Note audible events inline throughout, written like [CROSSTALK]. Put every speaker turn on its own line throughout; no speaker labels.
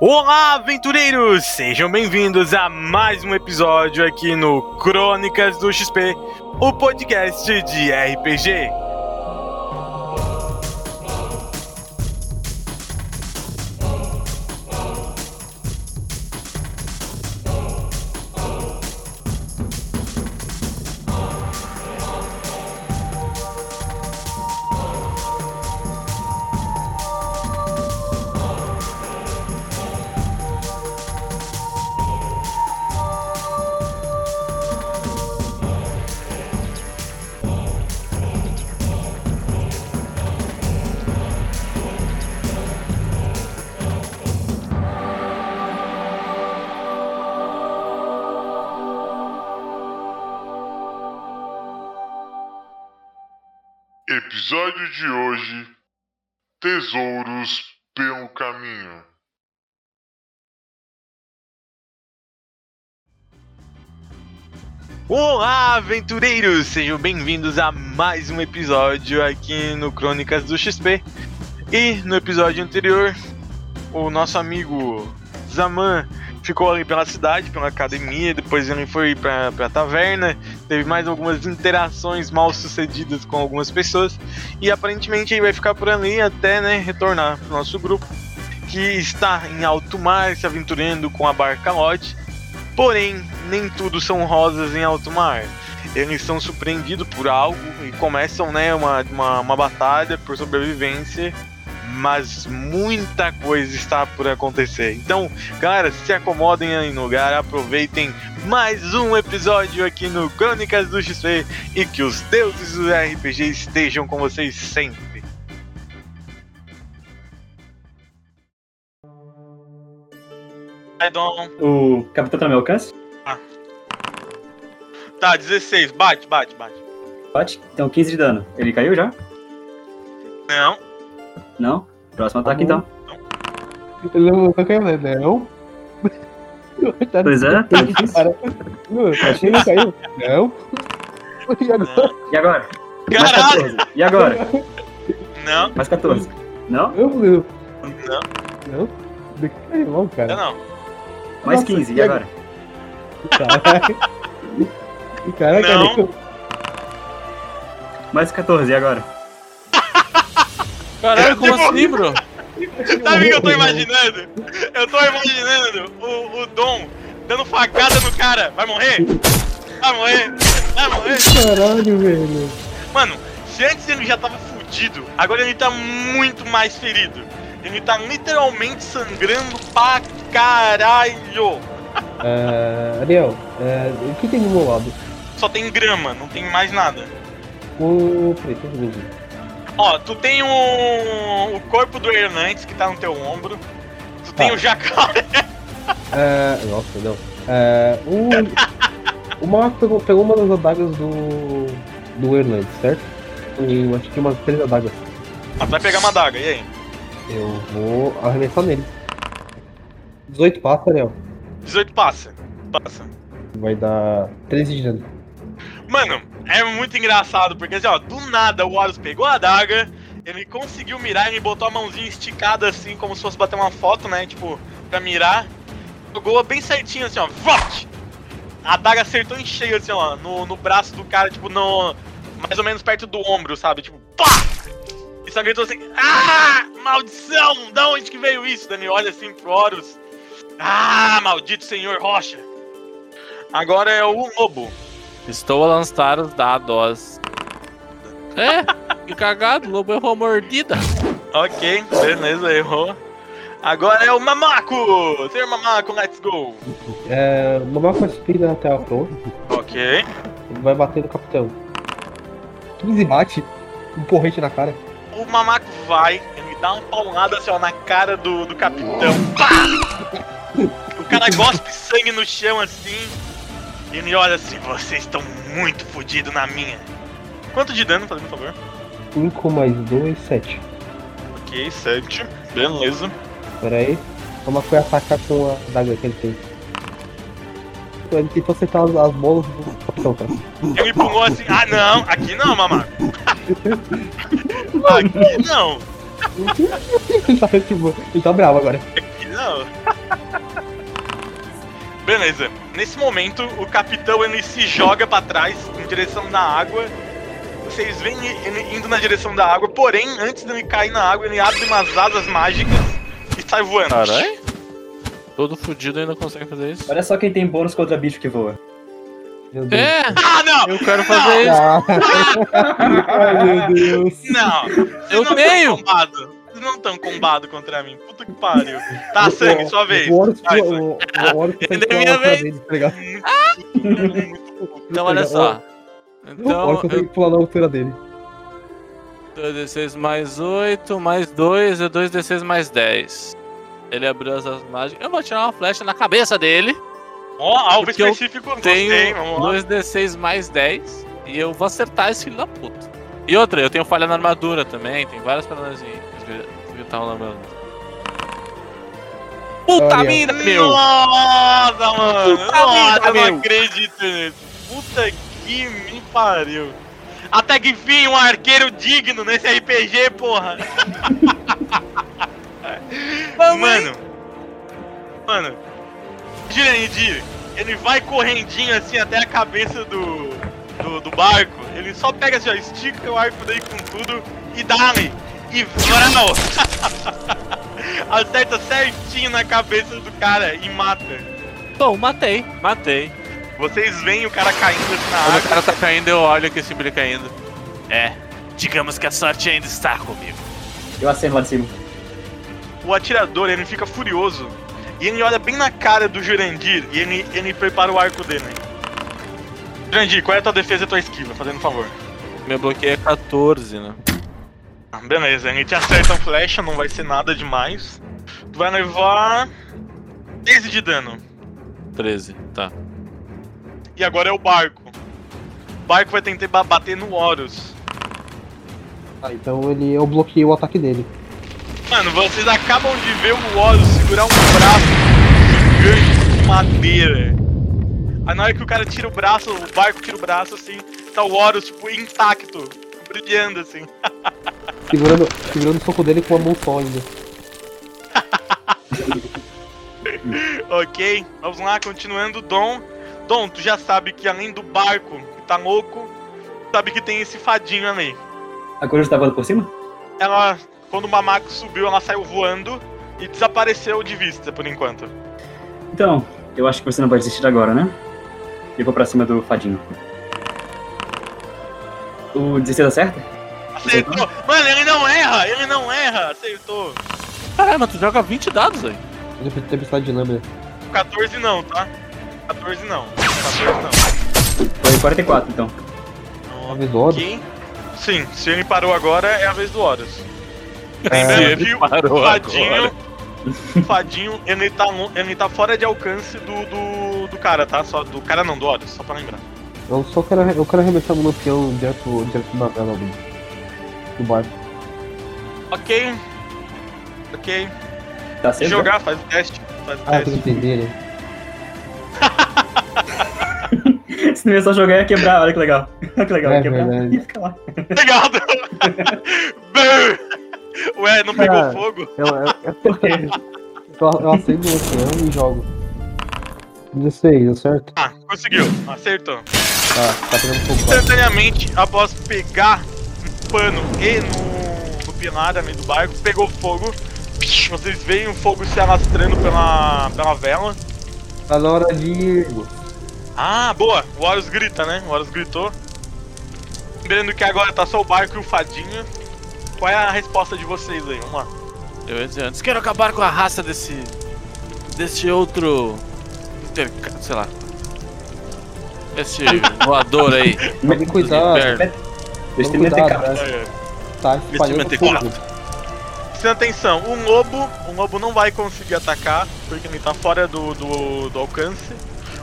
Olá, aventureiros! Sejam bem-vindos a mais um episódio aqui no Crônicas do XP, o podcast de RPG.
Episódio de hoje: Tesouros pelo caminho.
Olá, aventureiros! Sejam bem-vindos a mais um episódio aqui no Crônicas do XP. E no episódio anterior, o nosso amigo Zaman ficou ali pela cidade, pela academia, depois ele foi pra, pra taverna, teve mais algumas interações mal sucedidas com algumas pessoas, e aparentemente ele vai ficar por ali até né, retornar pro nosso grupo, que está em alto mar, se aventurando com a barca Lodge. Porém, nem tudo são rosas em alto mar. Eles são surpreendidos por algo e começam né, uma, uma, uma batalha por sobrevivência. Mas muita coisa está por acontecer. Então, galera, se acomodem aí no lugar, aproveitem mais um episódio aqui no Crônicas do XP e que os deuses do RPG estejam com vocês sempre. Vai, Dom.
O capitão tá no meu alcance?
Tá, 16. Bate, bate, bate.
Bate. Então 15 de dano. Ele caiu já?
Não.
Não? Próximo ataque
bom.
então.
Ele não tá caindo, né? Não.
Pois é, tá difícil.
Cara, não, acho que ele caiu. Não. E agora?
E agora?
Caralho!
Mais 14. E agora?
Não,
Mais 14. Não?
Não, não.
não,
Não. Ele caiu, não,
não,
cara.
não.
Mais
Nossa,
15. E
e
agora?
[LAUGHS] Caralho. Caraca,
Não.
ele-
Mais 14. E agora?
Caralho, como assim, bro?
Sabe o que eu tô imaginando? Eu tô imaginando o, o Dom dando facada no cara. Vai morrer? Vai morrer? Vai morrer?
Caralho, velho.
Mano, se antes ele já tava fudido, agora ele tá muito mais ferido. Ele tá literalmente sangrando pra caralho.
Ah, Ariel, ah, o que tem do meu lado?
Só tem grama, não tem mais nada.
O preto, deixa eu ver.
Ó, tu tem um, o, o corpo do Hernandes que tá no teu ombro. Tu tem
Tá.
o jacaré. [LAUGHS]
Ah, nossa, não. Ah, o... o Marco pegou, pegou uma das adagas do. do Hernandes, certo? Eu acho que umas três adagas.
Ah, tu vai pegar uma daga, e aí?
Eu vou arremessar nele. 18 passa, Ariel.
18 passa. Passa.
Vai dar 13 de dano.
Mano, é muito engraçado, porque assim, ó, do nada o Horus pegou a adaga, ele conseguiu mirar, ele botou a mãozinha esticada assim, como se fosse bater uma foto, né? Tipo, pra mirar. Jogou bem certinho assim, ó. Vote! A adaga acertou em cheio, assim, ó, no, no braço do cara, tipo, no. Mais ou menos perto do ombro, sabe? Tipo, pá! E só gritou assim, ah! Maldição! Da onde que veio isso? Dani olha assim pro Horus. Ah, maldito senhor Rocha! Agora é o lobo.
Estou a lançar os dados. É, que cagado, o lobo errou a mordida.
Ok, beleza, errou. Agora é o Mamaco! Senhor Mamaco, let's go!
É, no mapa espírita na tela pronto,
Ok.
ele vai bater no capitão. 15 bate, um porrete na cara.
O Mamaco vai, ele dá uma paulada assim, ó, na cara do, do capitão. Pá! O cara gospe sangue no chão assim. E ele olha assim, vocês estão muito fodidos na minha. Quanto de dano, fazendo um favor?
5 mais 2, 7.
Ok, 7. Beleza.
Pera aí. O Marco vai atacar com a adaga que ele tem. Ele tentou acertar as, as bolas do capitão, cara. [LAUGHS]
Ele pulou assim, ah não, aqui não, Mamaco. [LAUGHS] aqui não,
ele, tá, tipo, ele tá bravo agora.
aqui não. Não. Beleza. Nesse momento, o capitão ele se joga pra trás em direção da água. Vocês veem ele indo na direção da água, porém, antes dele cair na água, ele abre umas asas mágicas e sai voando.
Caralho. Todo fudido ainda consegue fazer isso.
Olha só quem tem bônus contra bicho que voa.
Meu Deus.
É,
Ah, não!
eu quero fazer É isso.
Ah. [LAUGHS] Ai, meu Deus.
Não! Vocês
Eu
não
tenho.
Tão combado. Vocês não estão combado contra mim. Puta que pariu. Tá, sangue, sua vez.
O Horus,
Vai, Sangue.
o, o Horus [LAUGHS] tem
É
que
minha
pular lá pra dentro, tá ligado?
Então olha só.
O
Então
Horus tem
eu
que pular na altura dele.
2d6 mais 8, mais 2, é 2d6 mais 10. Ele abriu as asas mágicas. Eu vou tirar uma flecha na cabeça dele.
Ó, alvo
Porque eu
específico, eu gostei,
Tenho
vamos lá.
2d6 mais 10 e eu vou acertar esse filho da puta. E outra, eu tenho falha na armadura também, tem várias paradas aí que que tá rolando. mesmo. Puta
Olha.
mina, meu!
Nossa, mano!
Puta
Nossa,
vida,
eu não
meu.
acredito nisso! Puta que me pariu! Até que enfim, um arqueiro digno nesse RPG, porra!
Vamos, hein?
Mano! Mano! Jirandir, ele vai correndinho assim até a cabeça do, do, do barco. Ele só pega assim, ó, estica o arco daí com tudo e dá-lhe! E vral! [LAUGHS] Acerta certinho na cabeça do cara e mata.
Bom, matei, matei.
Vocês veem o cara caindo assim na
Quando o
água.
cara tá caindo, eu olho que esse brilho caindo. É, digamos que a sorte ainda está comigo.
Eu aceno lá de cima.
O atirador, ele fica furioso. E ele olha bem na cara do Jurandir e ele, ele prepara o arco dele. Jurandir, qual é a tua defesa e tua esquiva? Fazendo um favor.
Meu bloqueio é 14, né?
Ah, Beleza, ele te acerta a flecha, não vai ser nada demais. Tu vai levar 13 de dano.
13, tá.
E agora é o barco. O barco vai tentar ba- bater no Horus.
Ah, então ele, eu bloqueei o ataque dele.
Mano, vocês acabam de ver o Horus segurar um braço gigante de madeira. Aí na hora que o cara tira o braço, o barco tira o braço assim, tá o Horus, tipo, intacto, brilhando assim. [LAUGHS]
Segurando, segurando o soco dele com a mão só ainda.
Ok, vamos lá, continuando, Dom. Dom, tu já sabe que além do barco, que tá louco, sabe que tem esse fadinho ali.
A coruja tá voando por cima?
Ela, quando o mamaco subiu, ela saiu voando e desapareceu de vista por enquanto.
Então, eu acho que você não vai desistir agora, né? Eu vou pra cima do fadinho. O 16 acerta?
Acertou! Mano, ele não erra! Ele não erra! Acertou!
Caramba, tu joga 20 dados aí.
Ele precisa ter de lâmina.
14 não, tá? 14 não. 14
Foi 44, então.
não.
Talvez o Horus.
Ok. Sim, se ele parou agora, é a vez do Horus.
Se
Lembrando
ele
que o
parou
Fadinho.
agora.
o [LAUGHS] Fadinho, ele tá, lo- ele tá fora de alcance do, do, do cara, tá? Só, do cara não, do Horus, só pra lembrar.
Eu só quero, arre- eu quero arremessar um lampião direto, direto na vela ali. Do barco.
Ok. Ok.
Tá
Se
certo?
jogar, faz o teste. Faz o
Ah, tem que
teste.
entender, né?
Se não ia só jogar, ia quebrar. Olha que legal. [LAUGHS] Olha que legal,
É
ia quebrar.
verdade.
Ia ficar lá.
[LAUGHS] Obrigado! Brrr. Ué, não pegou
Cara.
fogo?
Eu, eu, [LAUGHS] eu, eu, eu acendo o lampião e jogo. 16, deu certo?
Ah, conseguiu. Acertou.
Tá, tá pegando fogo. lá.
instantaneamente, após pegar no pano e no, no pilar ali do barco, pegou fogo. Vocês veem o fogo se alastrando pela, pela vela.
Tá na hora de ir.
Ah, boa! O Horus grita, né? O Horus gritou. Lembrando que agora tá só o barco e o fadinho. Qual é a resposta de vocês aí? Vamos lá.
Eu ia dizer antes, quero acabar com a raça desse. desse outro. Inter... sei lá. Esse voador aí.
Tomem cuidado,
Inferno.
Deixa
Toma
ele ter
cuidado,
cara.
né? tá espalhando
Vestimenta
fogo.
Prestando atenção, o lobo, o lobo não vai conseguir atacar, porque ele tá fora do, do, do alcance.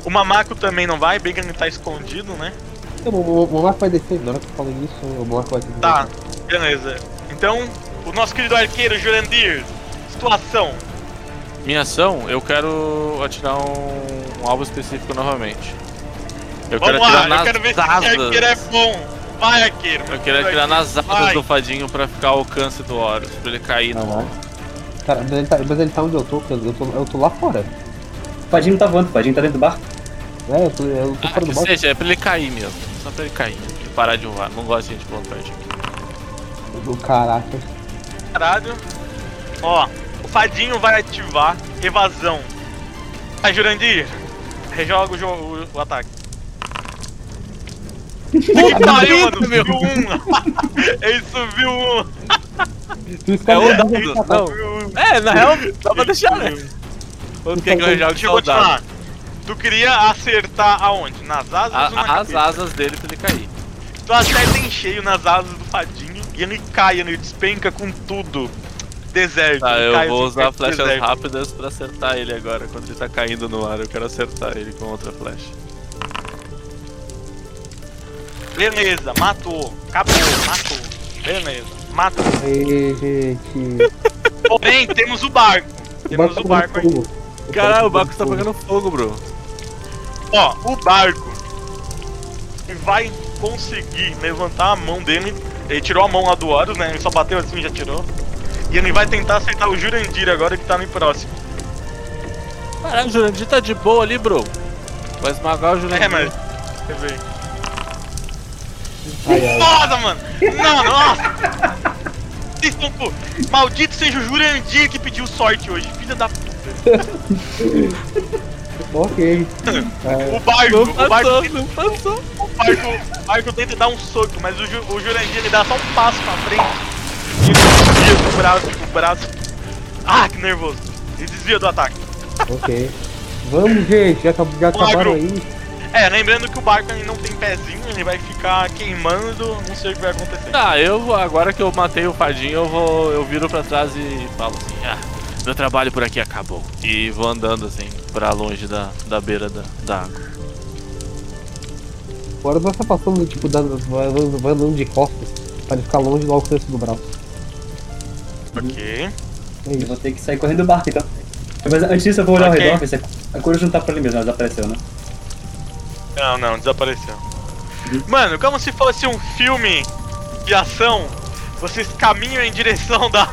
O mamaco também não vai, bem que ele tá escondido, né?
Então, o, o Monark vai descer. Na hora que eu falo isso, o Monark vai descer.
Tá, beleza. Então, o nosso querido arqueiro Jurandir, situação.
Minha ação, eu quero atirar um, um alvo específico novamente. Eu quero
Vamos
atirar
lá,
nas
eu quero ver se
asas.
esse arqueiro é bom. Vai, arqueiro. meu
Eu quero
querido
atirar nas asas
Vai.
do fadinho pra ficar ao alcance do Horus, pra ele cair no.
Caralho. Cara, mas ele tá, mas ele tá onde eu tô, cara. Eu tô, eu tô lá fora.
O Padinho não tá voando, o Padinho tá dentro do barco.
É, eu tô, eu tô
Ah,
fora do
que
box.
seja, é pra ele cair mesmo. Só pra ele cair. Pra ele parar de voar. Não gosto de gente voando perto de aqui.
Caraca.
Caralho. Ó, o Fadinho vai ativar evasão. Vai, Jurandir. Rejoga o, jo- o- o ataque.
Puta
mano, subiu um. [LAUGHS] Ele subiu um.
Tu
É
escolhe
o
onde ele tá,
dado, não. É, na real, dá [LAUGHS] pra deixar, né? Quanto que é que eu jogo
um. Deixa eu
de dado?
continuar. Tu queria acertar aonde? Nas asas ou na
A- As
cabeça?
asas dele pra ele cair.
Tu acerta em cheio nas asas do Fadinho e ele cai, ele despenca com tudo. Deserto.
Tá,
ele
eu
cai
vou
assim,
usar
perto do
flechas
deserto.
rápidas pra acertar ele agora. Quando ele tá caindo no ar, eu quero acertar ele com outra flecha.
Beleza, matou. Acabou, matou. Beleza, matou.
Ei, gente. tá
Porém, temos o barco. Temos o barco aí.
pegando fogo.
Caralho, o Baco tá
fogo.
pegando fogo, bro.
Ó, o barco ele vai conseguir levantar a mão dele. Ele tirou a mão lá do Horus, né? Ele só bateu assim e já tirou. E ele vai tentar acertar o Jurandir agora que tá ali próximo.
Caralho, o Jurandir tá de boa ali, bro. Vai esmagar o Jurandir.
É, mas. Quer ver.
Ai, ai.
Foda, mano! Não, nossa! Vocês estão, pô, Maldito seja o Jurandir que pediu sorte hoje, filha da.
Ok. É,
O barco,
Não
o barco,
passou, não passou.
o barco, o barco tenta dar um soco, mas o, Ju, o Jurandir ele dá só um passo pra frente e ele desvia com o braço, com o braço. Ah, que nervoso! Ele desvia do ataque.
ok. Vamos, gente. Já, acab- já acabaram
Magro.
aí.
É, lembrando que o barco ele não tem pezinho, ele vai ficar queimando, não sei o que vai acontecer.
Tá, eu vou, agora que eu matei o Fadinho, eu vou. Eu viro pra trás e falo assim, ah, meu trabalho por aqui acabou. E vou andando assim, pra longe da, da beira da, da água.
Agora nós tá passando, tipo, dando, vai andando vai andando de costas. Pra ele ficar longe do alcance do braço.
Ok.
É
Eu
isso.
vou ter que sair correndo do barco, então. Mas antes disso, eu vou olhar
Ok.
ao redor, ver se a- a coruja não tá por ali mesmo, ela desapareceu, né?
Não, não, desapareceu. Mano, como se fosse um filme de ação, vocês caminham em direção da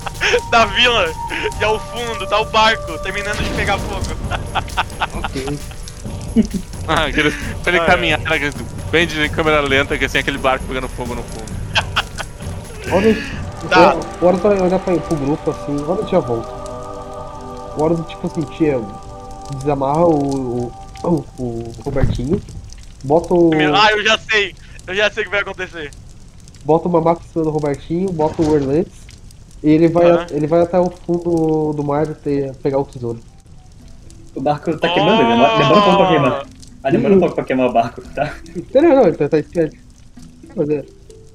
[LAUGHS] da vila e ao fundo tá o barco terminando de pegar fogo.
Ah, aquele, pra ele
Ah, é.
caminhar, era aquele- bem de câmera lenta, que assim, aquele barco pegando fogo no fundo.
Horus.
Tá.
O Horus vai olhar pra, pro grupo assim, olha já volta. O Horus, tipo assim, tia, desamarra o, o, o Robertinho, bota o.
Primeiro- Ah, eu já sei. Eu já sei o que vai acontecer.
Bota uma maca em cima do Robertinho, bota o Orlantes e ele vai,
Aham.
ele vai até o fundo do mar ter, pegar o tesouro.
O barco tá queimando,
Oh!
ele demora, demora um pouco pra queimar. Ah, demora um pouco pra queimar o barco, tá?
Não, não, não, ele tá, tá esperto. Mas é,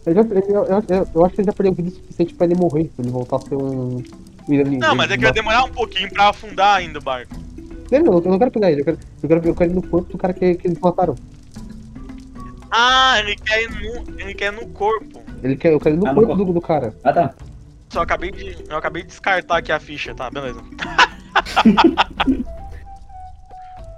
ele já- ele- eu, eu- eu acho que ele já perdeu vida o suficiente pra ele morrer, pra ele voltar a ser um.
Não, mas é que vai demorar um pouquinho pra afundar ainda o barco.
Não, não, eu não quero pegar ele, eu quero, eu quero, eu quero ir no corpo do cara que, que eles mataram.
Ah, ele quer ir no, ele quer ir no corpo.
Ele quer, eu quero ir no
Ah, no
corpo
corpo.
do, do cara.
Ah, tá.
Só acabei de, eu acabei de descartar aqui a ficha, tá? Beleza.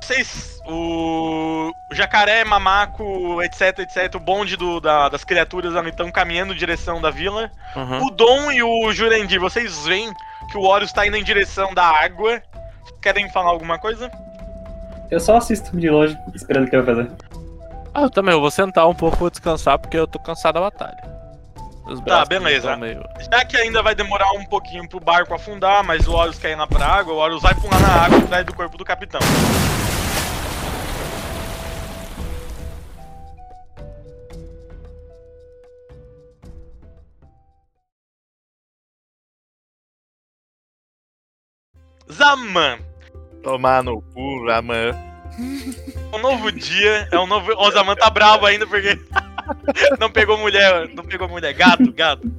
Vocês, o o jacaré, mamaco, etc, etc, o bonde do- da- das criaturas ali estão caminhando em direção da vila.
Uhum.
O Dom e o Jurandir, vocês veem que o Horus tá indo em direção da água. Querem falar alguma coisa?
Eu só assisto de longe, esperando o que ele vai fazer.
Ah, eu também, eu vou sentar um pouco, vou descansar, porque eu tô cansado da batalha. Os braços
beleza.
tão Meio...
Já que ainda vai demorar um pouquinho pro barco afundar, mas o Horus quer ir na pra água, o Horus vai pular na água atrás do corpo do capitão. Zaman,
Tomar no cu, amanhã.
um novo dia, é um novo. Ó, O Zaman tá bravo ainda porque. [LAUGHS] não pegou mulher, não pegou mulher. Gato, gato.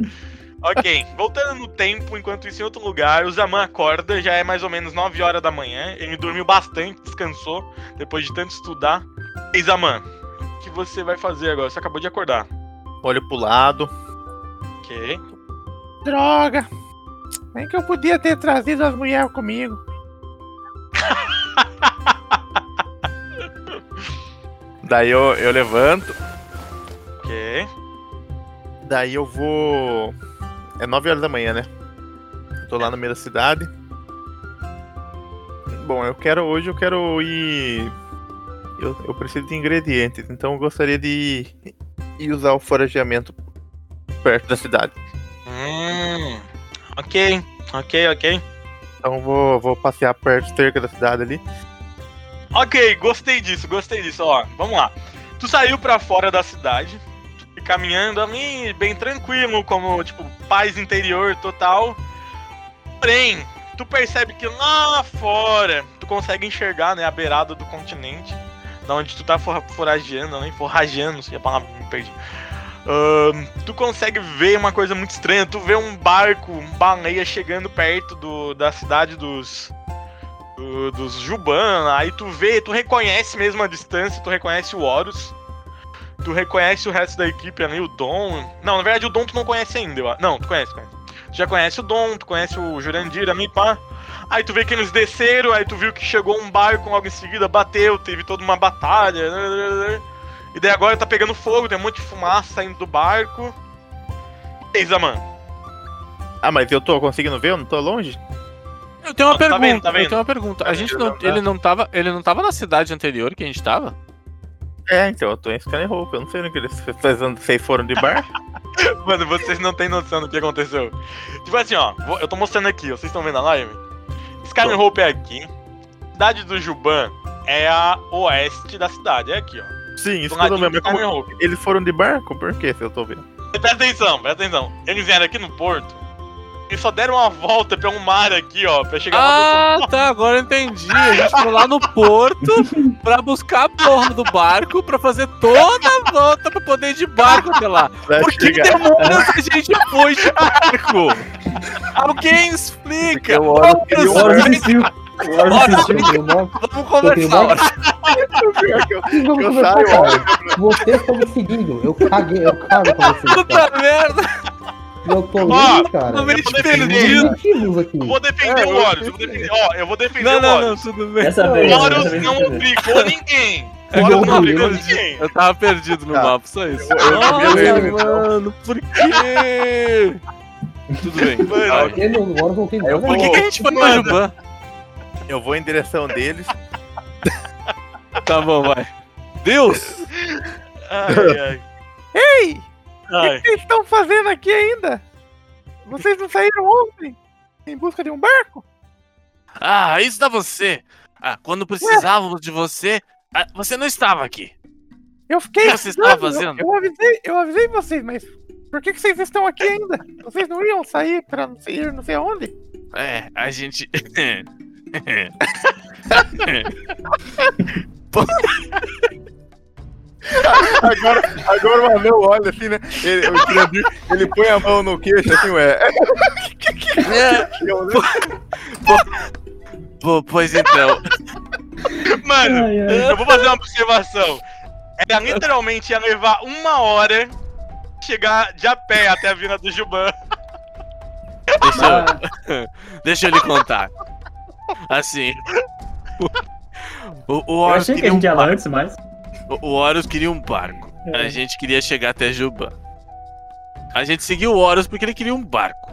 Ok, voltando no tempo, enquanto isso em outro lugar, o Zaman acorda, já é mais ou menos 9 horas da manhã. Ele dormiu bastante, descansou, depois de tanto estudar. E Zaman, o que você vai fazer agora? Você acabou de acordar.
Olho pro lado.
Ok.
Droga! Nem que eu podia ter trazido as mulheres comigo. daí eu, eu levanto,
Ok.
daí eu vou. É 9 horas da manhã, né?
Tô lá no meio da cidade. Bom, eu quero hoje, eu quero ir. Eu, eu preciso de ingredientes, então eu gostaria de ir usar o forageamento perto da cidade.
Hum, ok, ok, ok.
Então eu vou, vou passear perto cerca da cidade ali.
Ok, gostei disso, gostei disso. Ó, vamos lá. Tu saiu pra fora da cidade, e caminhando ali, bem tranquilo, como, tipo, paz interior total. Porém, tu percebe que lá fora, tu consegue enxergar, né, a beirada do continente, da onde tu tá forra- forageando, nem forrageando, se a palavra me perdi. Ahn, tu consegue ver uma coisa muito estranha. Tu vê um barco, um baleia chegando perto do, da cidade dos. do- dos Juban. Aí tu vê, tu reconhece mesmo a distância, tu reconhece o Horus. Tu reconhece o resto da equipe ali, o Dom. Não, na verdade o Dom tu não conhece ainda. Eu... a- Não, tu conhece, conhece. Tu já conhece o Dom, tu conhece o Jurandir, a mim, pá. Aí tu vê que eles desceram, aí tu viu que chegou um barco logo em seguida, bateu, teve toda uma batalha. E daí agora tá pegando fogo, tem um monte de fumaça saindo do barco. E aí, Zaman?
Ah, mas eu tô conseguindo ver? Eu não tô longe?
Eu tenho uma
Tá
pergunta,
vendo, tá vendo?
eu tenho uma pergunta. A gente não,
vendo, tá?
ele não tava, ele não tava na cidade anterior que a gente tava?
É, então eu tô em Scanner Roupa. Eu não sei onde que eles [LAUGHS] vocês andam- vocês foram de bar.
Mano, vocês não têm noção do que aconteceu. Tipo assim, ó, vou- eu tô mostrando aqui, vocês estão vendo a live? Skyrim é aqui. Cidade do Juban é a oeste da cidade, é aqui, ó.
[LAUGHS] Sim, isso
Do
que eu tô
ladinho
lembrando.
de
Mas como
Skyrim
Eles foram de barco? Por quê, se eu tô vendo?
Presta atenção, presta atenção. Eles vieram aqui no porto e só deram uma volta pelo mar aqui, ó, pra chegar lá
Ah, tá, agora eu entendi. A gente foi lá no porto pra buscar a porra do barco pra fazer toda a volta pra poder ir de barco até lá.
Pra
Por que, que
chegar-
demoras a gente foi de barco? Alguém explica.
Eu olho que ele
Vamos conversar,
O Horus insistiu. O Horus
Olha,
insistiu.
Eu não-
Vamos
eu tenho
um
conversar.
mais-
pior que eu-
Vocês vão
Eu
conversar,
saio,
cara. Vocês estão me seguindo. Eu caguei, eu cago com vocês. Cara.
Puta merda,
Eu tô
Ó,
lindo, cara.
totalmente
eu tô
Tem
perdido.
motivos aqui.
do... Eu vou defender
É,
o
eu
Horus, eu vou defender, ó, eu vou defender
Não,
o
não,
Horus.
não, tudo bem.
Dessa
O
vez. dessa
Horus
vez
não
eu entendi.
obrigou ninguém. O
Eu,
Horus não
não,
obrigou
eu,
ninguém.
eu tava perdido no
Tá.
mapa, só isso.
Eu- então. eu- eu- eu-
Nossa, mano, por quê? Tudo bem.
Mano,
tá,
Eu não, agora não tem nada.
Por que, que a gente foi pra
Mano.
Juban?
Eu vou em direção deles.
Tá bom, vai. Deus!
Ai, ai.
Ei! O que
Ai.
que vocês estão fazendo aqui ainda? Vocês não saíram ontem? Em busca de um barco?
Ah, isso dá você! Ah, quando precisávamos de você, ah, você não estava aqui.
Eu fiquei.
O que vocês estavam
avisando, eu-
fazendo?
Eu, avisei, eu avisei vocês, mas por que, que vocês estão aqui ainda? Vocês não iam sair pra não sei, ir não sei aonde?
É, a gente.
[LAUGHS] Agora, agora o Ramel olha assim, né? Ele, o Jurandir, ele põe a mão no queixo, assim, ué. Eu, né?
Pô, pois
[LAUGHS]
então.
Mano,
Ai, ai.
eu vou fazer uma observação. Ela literalmente ia levar uma hora chegar de a pé até a vila do Juban.
Deixa
Ah,
eu, deixa eu lhe contar. Assim. O, o,
Eu
Horus
achei que a
queria um
gente ia lá
barco,
antes, mas.
o Horus queria um barco. A
É.
gente queria chegar até Juba. A gente seguiu o Horus porque ele queria um barco.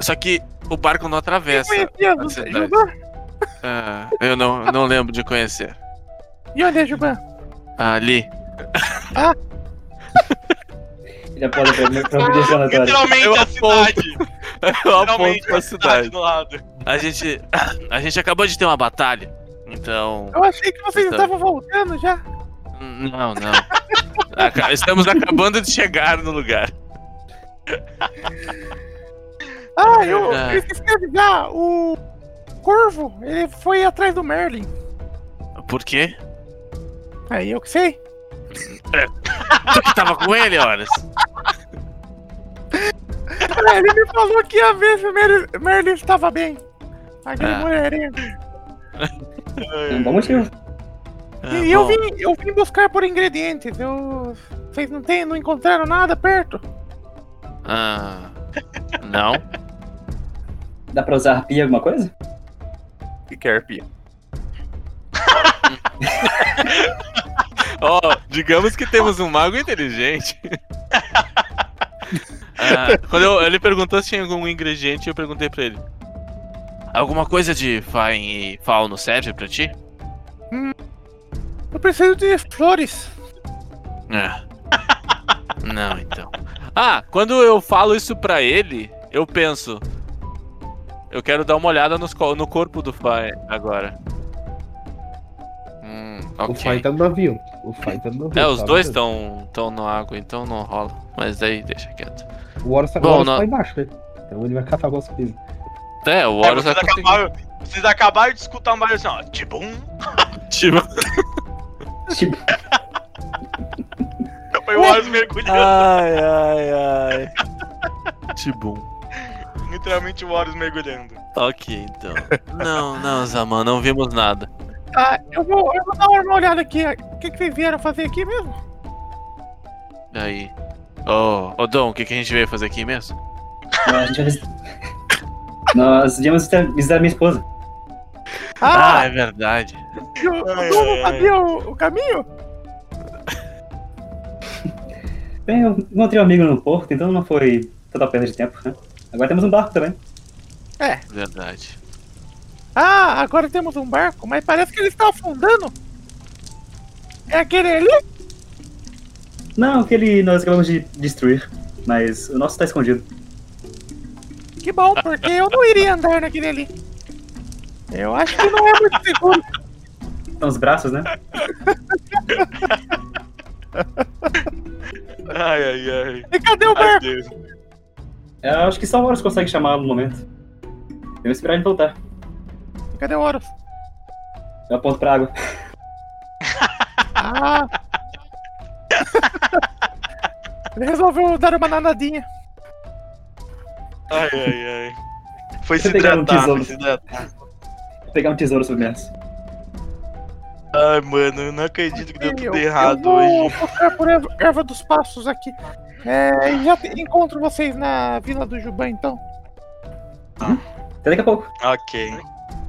Só que o barco não
Eu
atravessa.
conhecia
é a
Ju-
cidade.
Juban?
Ah, eu não, não lembro de conhecer.
E onde é Juban?
Ali.
Ele aponta pra mim né? pra me deixar na tua
Literalmente
Eu
a cidade.
[LAUGHS] Eu aponto
Literalmente
É pra
a cidade
cidade.
do lado.
A gente. [CLEARS THROAT] A gente acabou de ter uma batalha. Então.
Eu achei que vocês
Então.
estavam voltando já.
Não, não. Aca- Estamos acabando de chegar no lugar.
Ah, eu,
Ah.
eu esqueci de avisar. O Corvo, ele foi atrás do Merlin.
Por quê?
Aí eu que sei.
Tu que tava com ele, horas.
Ah, ele me falou que ia ver se o Merlin, Merlin estava bem. Aquele
Ah.
mulherinho.
Um bom motivo.
Ah,
Ah,
e eu vim, eu vim buscar por ingredientes. Eu. Vocês não tem, não encontraram nada perto?
Ah, não.
Dá pra usar arpia alguma coisa?
Que que é arpia?
Ó, digamos que temos um mago inteligente. [LAUGHS] Ah, quando eu- ele perguntou se tinha algum ingrediente, eu perguntei pra ele. Alguma coisa de fain e fauno serve pra ti?
Eu preciso de flores.
Ah. [LAUGHS] Não, então. Ah, quando eu falo isso pra ele, eu penso. Eu quero dar uma olhada nos co- no corpo do Fai agora. Hum,
O pai
ok.
tá no navio. O pai tá no navio.
É, os
tá
dois
vendo?
estão tão na água, então não rola. Mas daí deixa quieto.
O Horus tá, o
Bom,
Horus
não-
tá embaixo, né? Então ele vai catar algumas coisas.
É, o
É,
Horus
vocês,
vai conseguir.
acabaram, vocês acabaram de escutar um barulho assim, ó. Tibum.
Tipo,
Tipo,
Foi o Horus mergulhando.
Ah.
Ai, ai, ai. Tibum.
Literalmente o Horus mergulhando.
Ok, então. Não, não, Zaman, não vimos nada.
Ah, eu vou, eu vou dar uma olhada aqui. O que, que vocês vieram fazer aqui mesmo?
Aí. Ô, ô Dom, o que, que a gente veio fazer aqui mesmo?
a gente vai vis- [LAUGHS] Nós viemos até visitar minha esposa.
Ah,
Ah,
é verdade.
eu,
é. ai,
eu não
ai.
sabia o, o caminho?
Bem, eu encontrei um amigo no porto, então não foi total perda de tempo, né? Agora temos um barco também.
Verdade.
Ah, agora temos um barco, mas parece que ele está afundando. É aquele ali?
Não, aquele nós acabamos de destruir, mas o nosso tá escondido.
Que bom, porque eu não iria andar naquele ali. Eu acho que não é muito seguro.
Então os braços, né?
Ai, ai, ai.
E cadê o
Ah.
Ai,
barco?
Deus.
Eu É, acho que só o Horus consegue chamá-lo no momento. Devemos esperar ele voltar.
Cadê o Horus?
Eu aponto pra água.
Ah. [LAUGHS] Ele resolveu dar uma nadadinha.
Ai, ai, ai. Foi se
Deixa eu
hidratar,
pegar um
foi
tesouro.
se hidratar.
Vou pegar um tesouro submerso.
Ai, mano, eu não acredito que deu
Eu-
tudo errado
eu vou
hoje.
buscar por erva, erva dos passos aqui. É, e já te- encontro vocês na Vila do Jubã, então.
Até daqui a pouco.
Ok.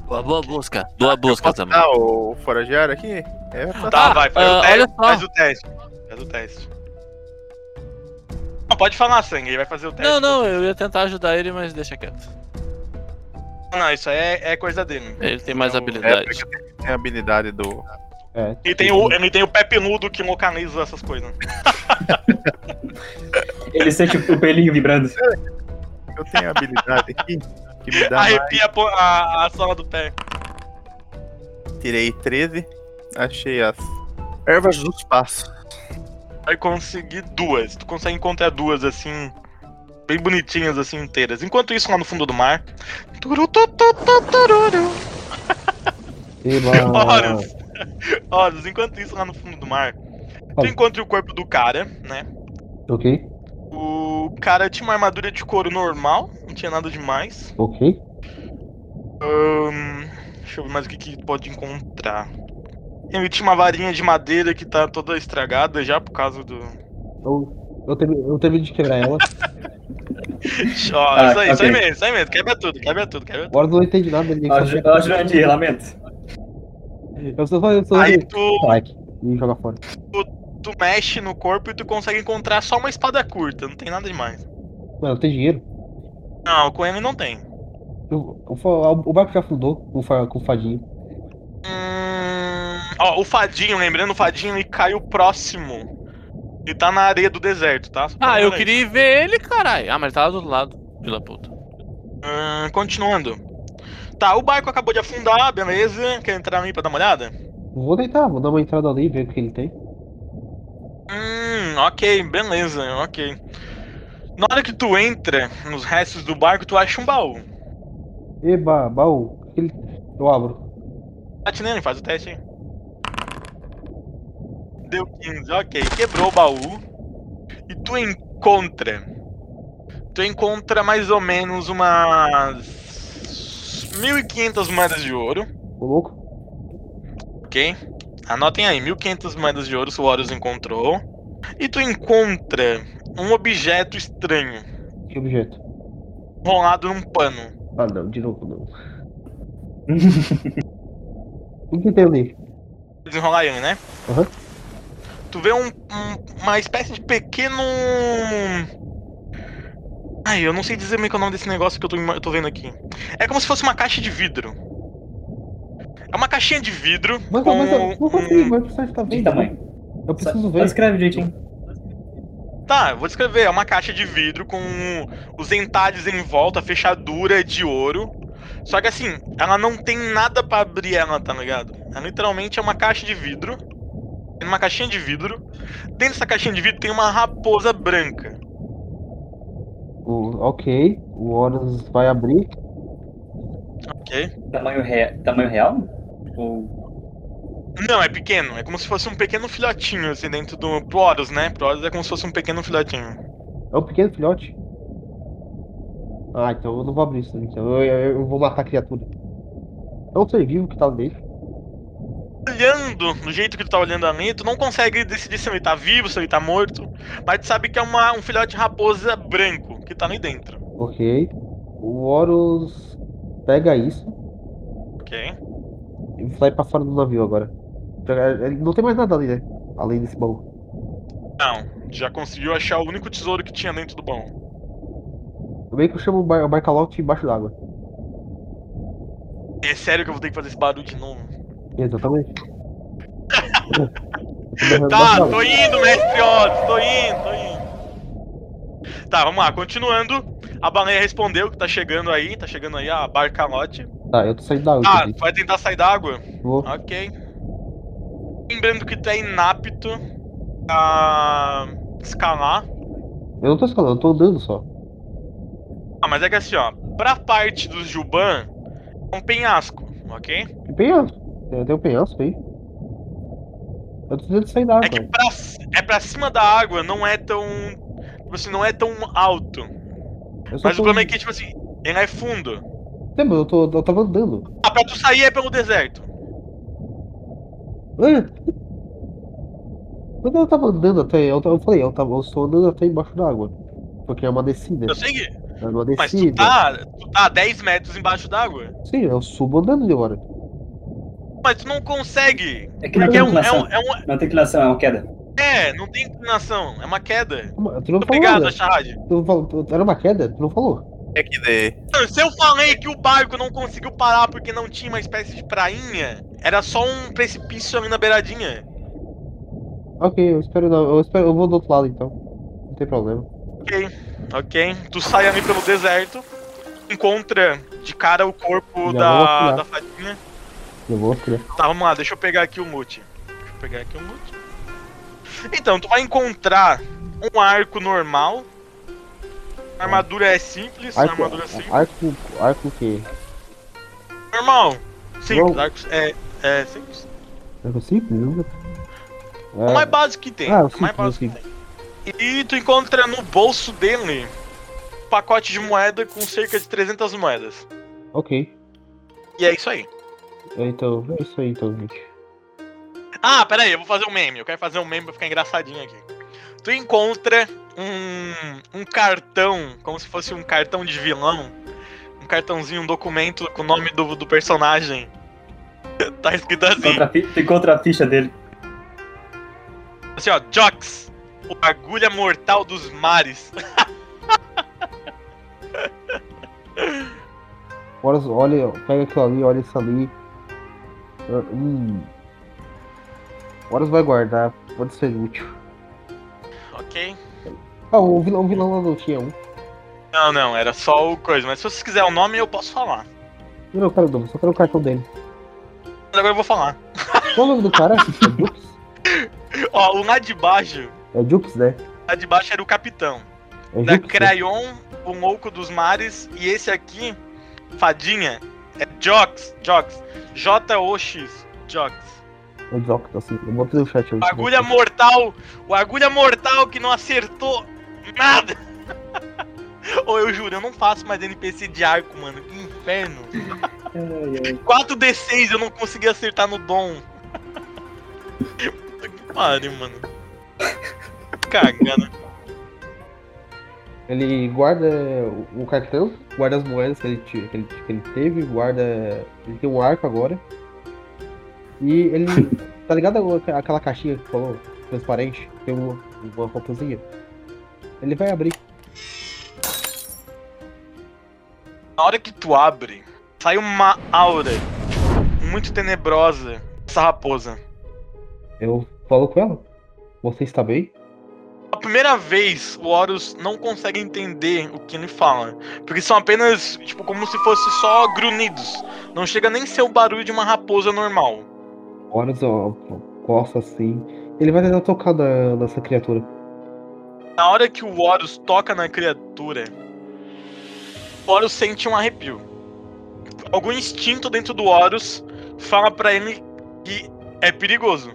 Boa, boa busca. Boa busca também.
Ah, o foragear aqui? É, tá.
Tá,
Ah,
vai, faz,
ah,
o teste,
olha só.
faz o teste. Faz o teste. Não, pode falar, sangue, ele vai fazer o teste.
Não, não, eu ia tentar ajudar ele, mas deixa quieto.
Não, isso aí é, é coisa dele.
Ele tem mais
É o-
É,
habilidade.
porque tem a habilidade do.
É.
E tem o, ele tem o Pepe Nudo que localiza essas coisas.
Ele sente o pelinho
[LAUGHS]
vibrando.
Eu tenho a habilidade aqui que me dá. mais-
Arrepia a po- a, a sola do pé.
Tirei 13. Achei as ervas dos passos.
Vai conseguir duas. Tu consegue encontrar duas assim. Bem bonitinhas assim inteiras. Enquanto isso, lá no fundo do mar. Turututututururu.
[LAUGHS]
Eba.
Horus. Horus, enquanto isso, lá no fundo do mar. Tu
Fala.
encontra o corpo do cara, né?
Ok,
O cara tinha uma armadura de couro normal, não tinha nada demais.
ok.
Ahn, deixa eu ver mais o que, que pode encontrar. Ele tinha uma varinha de madeira que tá toda estragada já por causa do.
Eu, eu, termi- eu termino de quebrar ela.
Ó,
Ah,
isso aí, isso aí
ok.
mesmo, isso aí mesmo. Quebra tudo, quebra tudo, quebra
O Horus não entende nada. Ele
Ó,
só
Ju-
quer-
ó, Jurandir, lamento.
Eu sou só eu sou
tudo. Aí
like
tu,
e joga fora.
tu mexe no corpo e tu consegue encontrar só uma espada curta, não tem nada demais.
Mano, tem dinheiro.
Não, com ele não tem.
Eu- eu falo- o barco já afundou com, o fa- com o fadinho.
Hum, Ó, o Fadinho, lembrando, o Fadinho ele caiu próximo. Ele tá na areia do deserto, tá? Só pra
Ah, eu
lembrar
queria ir ver ele, caralho. Ah, mas ele tava do outro lado. Pela puta.
Ahn, Hum, continuando. Tá, o barco acabou de afundar, beleza. Quer entrar ali pra dar uma olhada?
Vou deitar, vou dar uma entrada ali e ver o que ele tem.
Hum, ok, beleza, ok. Na hora que tu entra nos restos do barco, tu acha um baú.
Eba, baú. O que ele- Eu abro.
Bate nele, faz o teste aí. Deu 15, ok. Quebrou o baú. E tu encontra. Tu encontra mais ou menos umas. 1500 moedas de ouro.
Ô louco.
Ok. Anotem aí, 1500 moedas de ouro o Horus encontrou. E tu encontra um objeto estranho,
Que objeto?
enrolado num pano.
Ah não, de novo não. o que tem ali?
Desenrolar ele, né?
Aham.
Tu vê um- um- uma espécie de pequeno. Ai, eu não sei dizer meio que é o nome desse negócio que eu tô, ima- eu tô vendo aqui. É como se fosse uma caixa de vidro. É uma caixinha de vidro.
Mas,
com
mas eu não
um-
consigo, mas o site tá vendo.
Eita, mãe.
Eu
Só,
preciso
só
ver.
escreve direitinho.
Tá, eu vou descrever. É uma caixa de vidro com os entalhes em volta, a fechadura é de ouro. Só que assim, ela não tem nada pra abrir ela, tá ligado? Ela literalmente é uma caixa de vidro. Tem uma caixinha de vidro. Dentro dessa caixinha de vidro tem uma raposa branca.
O- ok, o Horus vai abrir.
Ok?
Tamanho, rea- tamanho real? Ou...
Não, é pequeno. É como se fosse um pequeno filhotinho, assim, dentro do. Pro Horus, né? Pro Horus é como se fosse um pequeno filhotinho.
É um pequeno filhote. Ah, então eu não vou abrir isso. Então eu, eu- eu vou matar a criatura. É um ser vivo que tá lá dentro.
Olhando do jeito que tu tá olhando ali, tu não consegue decidir se ele tá vivo, se ele tá morto. Mas tu sabe que é uma, um filhote de raposa branco que tá ali dentro.
Ok. O Horus pega isso
Ok.
e sai pra fora do navio agora. Pega- ele Não tem mais nada ali, né? Além desse baú.
Não, já conseguiu achar o único tesouro que tinha dentro do baú.
Eu meio que eu chamo o Bar- o Barcalote embaixo d'água.
É sério que eu vou ter que fazer esse barulho de novo.
Exatamente.
[LAUGHS]
Eu tô berrando
Tá,
embaixo d'água.
tô indo, mestre Otis, tô indo, tô indo. Tá, vamos lá, continuando. A baleia respondeu que tá chegando aí, tá chegando aí a barcalote.
Tá, eu tô saindo da água.
Ah,
inclusive.
vai tentar sair d'água?
Vou-
Ok. Lembrando que tu é inapto a escalar.
Eu não tô escalando, eu tô andando só.
Ah, mas é que assim, ó, pra parte do Juban é um penhasco, ok?
Tem penhasco. Tem, tem um penhasco aí. Eu tô tentando sair da água.
É que pra, é pra cima da água não é tão. Tipo assim, não é tão alto.
Eu só
Mas o
tô-
problema é que, tipo assim, ele é fundo.
Não, mas eu, tô, eu tava andando.
Ah, pra tu sair é pelo deserto.
Ah! Quando eu tava andando até. Eu, eu falei, eu, tava, eu estou andando até embaixo da água. Porque é uma descida.
Eu sei que.
É uma
Mas tu
descida.
tá, tu tá a 10 metros embaixo d'água.
Sim, eu subo andando agora.
Mas tu não consegue.
É que não
Porque
tem
é um. É,
inclinação.
um, é, um-
Não tem inclinação, é uma queda.
é, não tem inclinação. É uma queda.
Uma- Tu não
Então
falou,
Obrigado,
né?
Charade.
Tu não falou. tu- Era uma queda? Tu não falou.
É que daí.
Mano, Então, Se eu falei que o barco não conseguiu parar porque não tinha uma espécie de prainha, era só um precipício ali na beiradinha.
Ok, eu espero não. Eu, espero, eu vou do outro lado então. Não tem problema.
Ok? Tu sai ali pelo deserto, encontra de cara o corpo
Já vou
da,
afinar.
da Fatinha.
Eu vou criar.
Tá, vamos lá, deixa eu pegar aqui o mute. Deixa eu pegar aqui o mute. Então, tu vai encontrar um arco normal. A armadura é simples, a
Arco,
armadura é simples.
arco, arco o quê?
Normal. Simples,
Uou.
arco é, é simples.
Arco simples? Não?
É o
É-
mais básico que tem. é
Ah, o
o mais
simples,
básico que tem. E tu encontra no bolso dele um pacote de moeda com cerca de 300 moedas.
Ok.
E é isso aí.
Então, é isso aí então, gente.
Ah, peraí, eu vou fazer um meme. Eu quero fazer um meme pra ficar engraçadinho aqui. Tu encontra um, um cartão, como se fosse um cartão de vilão. Um cartãozinho, um documento com o nome do, do personagem. [LAUGHS] tá escrito assim,
Contra a fi- Tu encontra a ficha dele.
assim ó, Jox, o agulha mortal dos mares. [LAUGHS]
Olha, olha, pega aquilo ali, olha isso ali. Ah, Hum. Horus vai guardar, pode ser útil.
Ok?
Ah, o vilão, o vilão lá não tinha um.
Não, não, era só o coisa. Mas se você quiser o nome, eu posso falar.
Eu não quero o nome, só quero o cartão dele.
Mas agora eu vou falar.
Qual o nome do cara? [LAUGHS] É Jux?
Ó, o lá de baixo,
É Jux, né?
lá de baixo era o capitão.
É
Da
Jux. né?
Crayon, o Louco dos Mares, e esse aqui, Fadinha, é Jox, Jox, J-O-X, Jox.
É Jux, assim. Eu vou fazer o chat aí.
O agulha mortal, o agulha mortal que não acertou nada. [LAUGHS] Ou eu juro, eu não faço mais NPC de arco, mano, que inferno.
[LAUGHS] Ai, ai.
4D6 eu não consegui acertar no dom. [LAUGHS] Puta que pariu, mano. Cagada.
Ele guarda o- o cartão, guarda as moedas que ele, ti- que ele, que ele teve, guarda. Ele tem um arco agora. E ele. tá ligado a- aquela caixinha que falou? um, Transparente? Tem uma, uma roupazinha. Ele vai abrir.
Na hora que tu abre, sai uma aura muito tenebrosa dessa raposa.
Eu falo com ela. Você está bem?
A primeira vez, o Horus não consegue entender o que ele fala. Porque são apenas, tipo, como se fosse só grunhidos. Não chega nem ser o barulho de uma raposa normal.
Horus ó, coça assim. Ele vai tentar tocar na, nessa criatura.
Na hora que o Horus toca na criatura, o Horus sente um arrepio. Algum instinto dentro do Horus fala pra ele que é perigoso.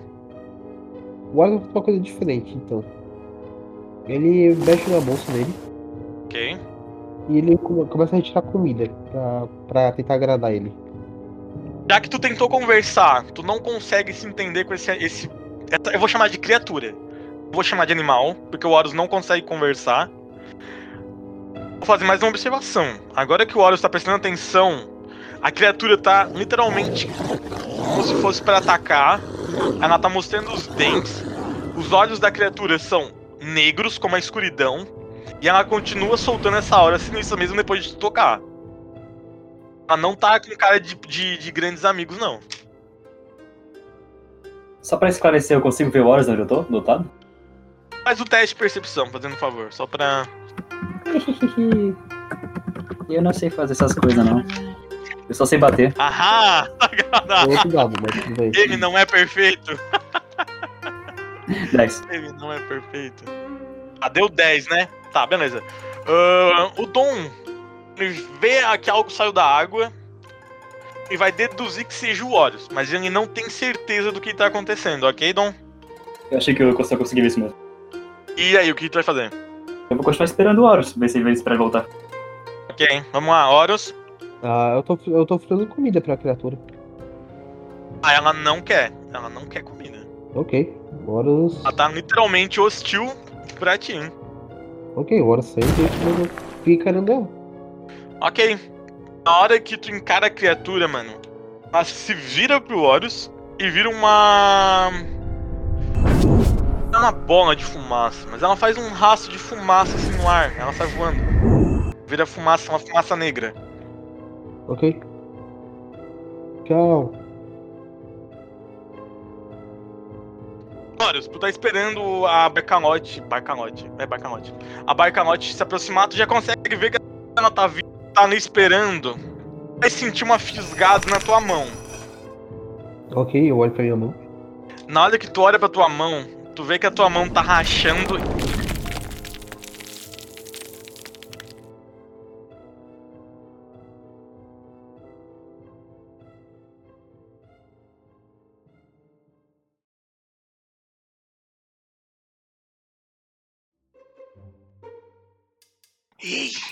O Horus faz uma coisa diferente, então. Ele mexe na bolsa dele
Ok?
e ele come- começa a retirar comida pra, pra tentar agradar ele.
Já que tu tentou conversar, tu não consegue se entender com esse. esse essa- eu vou chamar de criatura. Vou chamar de animal, porque o Horus não consegue conversar. Vou fazer mais uma observação. Agora que o Horus tá prestando atenção, a criatura tá literalmente como se fosse pra atacar. Ela tá mostrando os dentes. Os olhos da criatura são negros, como a escuridão. E ela continua soltando essa aura sinistra mesmo depois de te tocar. Ela não tá com cara de, de, de grandes amigos, não.
Só pra esclarecer, eu consigo ver o Horus onde eu tô, dotado?
Faz o teste de percepção, fazendo um favor, só pra.
eu não sei fazer essas coisas, não. Eu só sei bater.
Ahá!
É
[LAUGHS]
outro dado, mas tudo bem.
Ele não é perfeito!
10.
Ele não é perfeito. Ah, deu 10, né? Tá, beleza. Ahn, o Dom ele vê que algo saiu da água e vai deduzir que seja o Horus, mas ele não tem certeza do que tá acontecendo, ok, Dom?
Eu achei que eu só consegui ver isso mesmo.
E aí, o que tu vai fazer?
Eu vou continuar esperando o Horus, ver se ele vem esperar ele voltar.
Ok, vamos lá, Horus.
Ah, eu tô, eu tô oferecendo comida pra criatura.
Ah, ela não quer. Ela não quer comida.
Ok. Horus.
Ah,
Ela tá literalmente hostil pra ti, hein?
Ok, Horus senta e tipo, fica encarando ela.
Ok. Na hora que tu encara a criatura, mano, ela se vira pro Horus e vira uma. Não é uma bola de fumaça, mas ela faz um rastro de fumaça assim no ar. Ela sai voando. Vira fumaça, uma fumaça negra.
Ok. Tchau.
Horus, tu tá esperando a Barcalote. Barcalote, é Barcalote. A Barcalote se aproximar, tu já consegue ver que ela tá vindo, tá ali esperando. Vai sentir uma fisgada na tua mão.
Ok, eu olho pra minha mão.
Na hora que tu olha pra tua mão, tu vê que a tua mão tá rachando. Ei,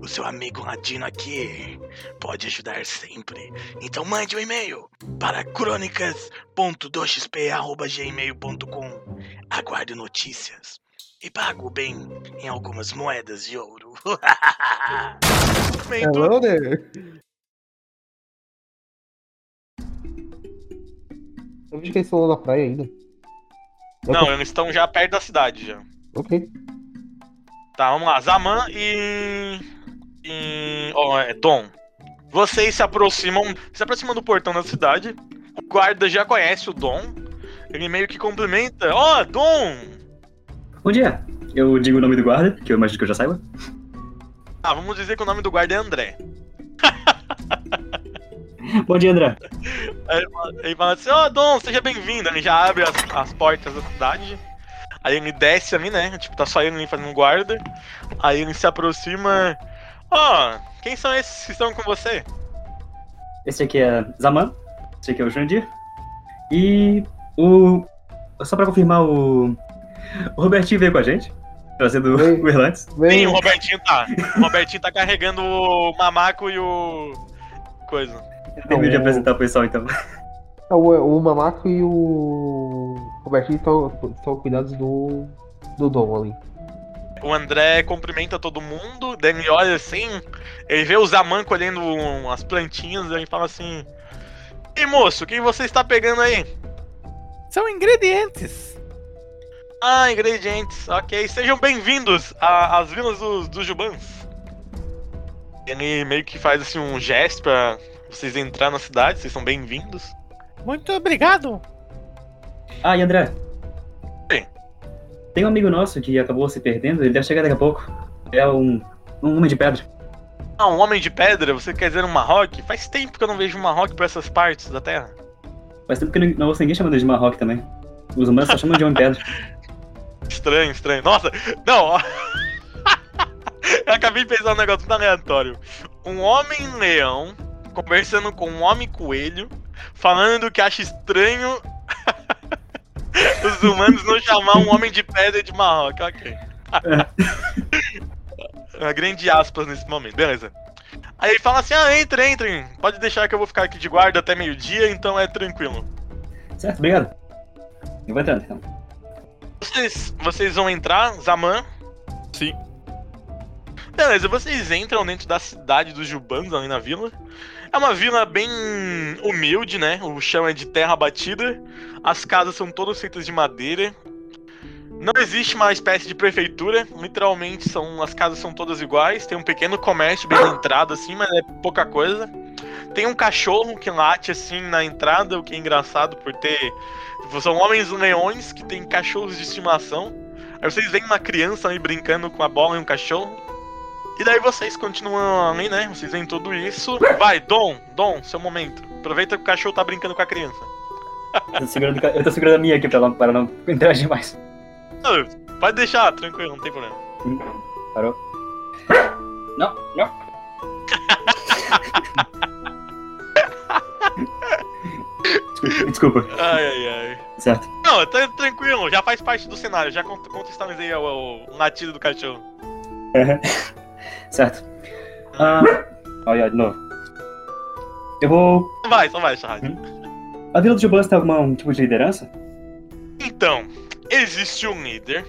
O seu amigo Ladino aqui pode ajudar sempre. Então mande um e-mail para crônicas.2xp.gmail.com. Aguarde notícias e pago bem em algumas moedas de ouro. [LAUGHS] Momento
Hello there. Eu vi que eles estão lá na praia ainda.
Não, eles estão já perto da cidade já.
Ok.
Tá, vamos lá. Zaman e. e... ó, é, Dom. Vocês se aproximam. Se aproximam do portão da cidade. O guarda já conhece o Dom. Ele meio que cumprimenta. Ó, Dom!
Bom dia! Eu digo o nome do guarda, que eu imagino que eu já saiba.
Ah, vamos dizer que o nome do guarda é André.
Bom dia, André.
Ele fala assim, ó, Dom, seja bem-vindo. Ele já abre as, as portas da cidade. Aí ele desce ali, né? Tipo, tá só ele ali fazendo guarda. Aí ele se aproxima. Ó, quem são esses que estão com você?
Esse aqui é Zaman. Esse aqui é o Jandir. E o. Só pra confirmar, o. O Robertinho veio com a gente, trazendo
Oi.
o Erlantes.
Sim, o
um
Vem.
Robertinho tá. O Robertinho tá carregando o Mamaco e o. Coisa.
Terminei de
o-
apresentar o pessoal então.
Ah, O, o Mamaco e o Robertinho estão estão cuidados do, do Dom ali.
O André cumprimenta todo mundo, daí ele olha assim, ele vê o Zaman colhendo umas plantinhas, daí ele fala assim: Ei moço, o que você está pegando aí?
São ingredientes.
Ah, ingredientes, ok. Sejam bem-vindos a- às vilas dos, dos Jubans. Ele meio que faz assim um gesto pra vocês entrar na cidade, vocês são bem-vindos.
Muito obrigado.
Ah, e André?
Sim.
Tem um amigo nosso que acabou se perdendo, ele deve chegar daqui a pouco. É um, um homem de pedra.
Ah, um homem de pedra? Você quer dizer um Marroque? Faz tempo que eu não vejo um Marroque pra essas partes da terra.
Faz tempo que não, não ouço ninguém chamando ele de Marroque também. Os humanos só chamam de homem de pedra.
Estranho, estranho. Nossa, não, ó. [LAUGHS] Eu acabei de pensar um negócio muito aleatório. Um homem leão conversando com um homem coelho, falando que acha estranho [LAUGHS] os humanos não chamar um homem de pedra de marroca. Ok. [LAUGHS] Uma grande aspas nesse momento, beleza. Aí ele fala assim: ah, entrem, entrem. Pode deixar que eu vou ficar aqui de guarda até meio-dia, então é tranquilo.
Certo, obrigado. Eu vou entrando então.
Vocês, vocês vão entrar, Zaman?
Sim.
Beleza, vocês entram dentro da cidade dos Jubanos, ali na vila. É uma vila bem humilde, né? O chão é de terra batida, as casas são todas feitas de madeira. Não existe uma espécie de prefeitura, literalmente são as casas são todas iguais. Tem um pequeno comércio bem na entrada, assim, mas é pouca coisa. Tem um cachorro que late assim na entrada, o que é engraçado por ter Tipo, são homens leões que têm cachorros de estimação. Aí vocês veem uma criança aí brincando com a bola e um cachorro. E daí vocês continuam ali, né? Vocês veem tudo isso. Vai, Dom, Dom, seu momento. Aproveita que o cachorro tá brincando com a criança.
Eu tô segurando, eu tô segurando a minha aqui pra não, pra não interagir mais.
Não, pode deixar, tranquilo, não tem problema.
Parou. Não, não. Desculpa, desculpa.
Ai, ai, ai.
certo.
Não, tá tranquilo, já faz parte do cenário, já cont- contextualizei o, o latido do cachorro.
Certo. Ah, olha, de novo. Eu vou.
Só Vai, só vai, Charles.
A Vila do Jubans tem algum tipo de liderança?
Então, existe um líder.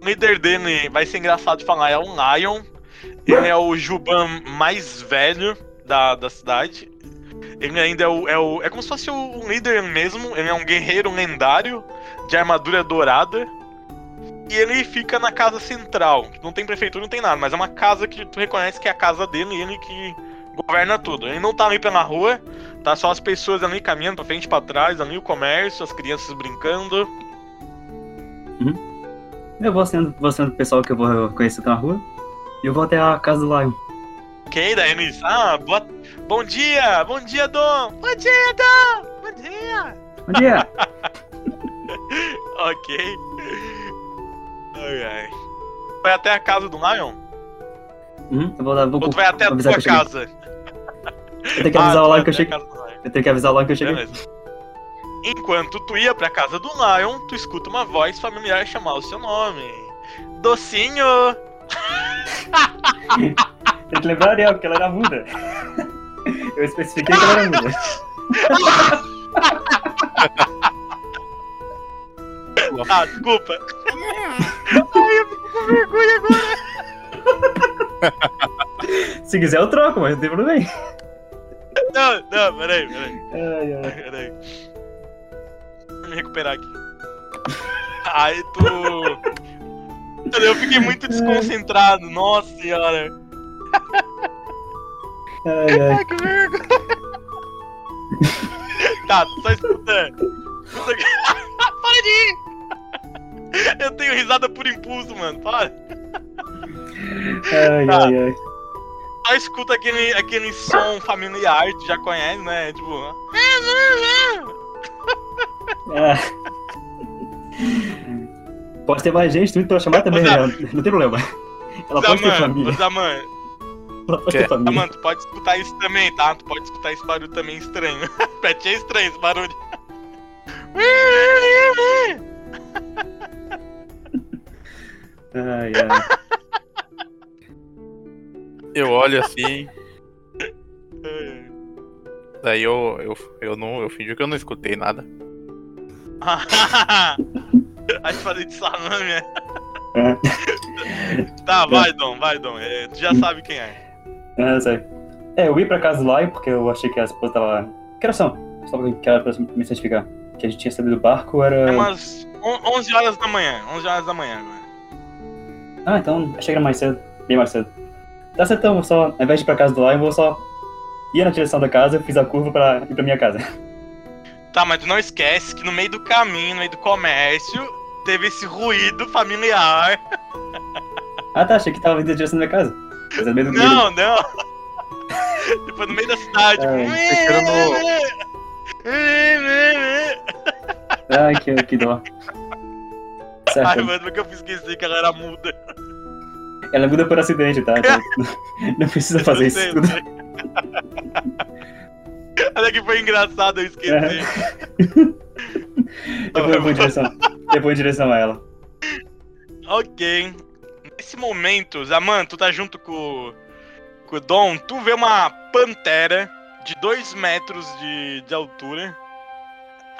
O líder dele vai ser engraçado de falar, é o Lion. Ele é o Juban mais velho da, da cidade. Ele ainda é o, é o- É como se fosse o líder mesmo. Ele é um guerreiro lendário de armadura dourada. E ele fica na casa central. que Não tem prefeitura, não tem nada, mas é uma casa que tu reconhece que é a casa dele e ele que governa tudo. Ele não tá ali pela rua, Tá só as pessoas ali caminhando pra frente e pra trás, ali o comércio, as crianças brincando.
Eu vou sendo, vou sendo o pessoal que eu vou conhecer na rua. E eu vou até a casa do Lion.
Ok, daí eles. Ah, boa... bom dia! Bom dia, Dom! Bom dia, Dom! Bom dia!
Bom dia!
Ok. Ai ai. Vai até a casa do Lion?
[LAUGHS] Uhum, eu vou, dar- vou
Ou tu vai até a
vou avisar
tua
que eu cheguei.
casa? Ah,
Eu tenho que avisar
tu
o
vai
Lion
até
que eu
a
cheguei.
casa do Lion.
Eu tenho que avisar o Lion que eu cheguei.
Beleza. Enquanto tu ia pra casa do Lion, tu escuta uma voz familiar chamar o seu nome. Docinho!
Tem que lembrar a Ariel, porque ela era muda. [LAUGHS] Eu especifiquei que ela era muda.
Ah, desculpa.
[LAUGHS] Se quiser eu troco, mas não tem problema.
Não, não, peraí, peraí.
Ai, ai.
Peraí. Deixa eu me recuperar aqui. [LAUGHS] Aí tu. Mano, Eu fiquei muito desconcentrado, nossa senhora.
ai, ai.
Ai, que vergonha.
Tá, tu só escuta. Puta que- [LAUGHS] Para de ir! Eu tenho risada por impulso, mano. Para.
Ai,
Tá.
ai, ai.
Só escuta aquele, aquele som familiar, tu já conhece, né? Tipo.
Ah. Pode ter mais gente, tudo pra chamar também,
Ô, Zé.
Ariel. Não tem problema. Ela pode ter
Zaman, ô,
família.
Zaman,
Ela pode
Quer?
ter família.
Zaman, tu pode escutar isso também, tá? Tu pode escutar esse barulho também estranho. [LAUGHS] pra ti é estranho esse barulho. [LAUGHS]
Ai, ai.
Eu olho assim, daí eu, eu, eu não eu fingi que eu não escutei nada.
[LAUGHS] Aí eu falei de salame, né?
É.
é Tá, vai, Dom, vai, Dom. É, tu já sabe quem é.
É, sério. É, eu vim pra casa do Lai porque eu achei que a esposa tava. Que horas são? Só pra, que era pra me certificar. Que a gente tinha saído do barco,
É
era.
umas on- 11 horas da manhã. 11 horas da manhã agora.
Ah, então achei que era mais cedo. Bem mais cedo. Tá certo, então, eu vou só. Ao invés de ir pra casa do Lai, eu vou só. Ia na direção da casa, eu fiz a curva pra ir pra minha casa. [LAUGHS]
Tá, mas tu não esquece que no meio do caminho, no meio do comércio, teve esse ruído familiar.
Ah, tá, achei que tava indo na direção da minha casa. Mas é no meio do meio do-
Não, não. [LAUGHS] Tipo, no meio da cidade.
É, Ai, Ah, que, que dó.
Ai,
Certo,
mano, como é que eu esqueci que ela era muda?
ela muda por acidente, tá? Então, [LAUGHS] não precisa fazer
Eu
isso
sei, eu
tudo.
sei. [LAUGHS] Olha que foi engraçado, eu
É.
esqueci.
Eu vou, eu vou em direção, eu vou em direção a ela.
Ok. Nesse momento, Zaman, tu tá junto com, com o Dom, tu vê uma pantera de 2 metros de, de altura.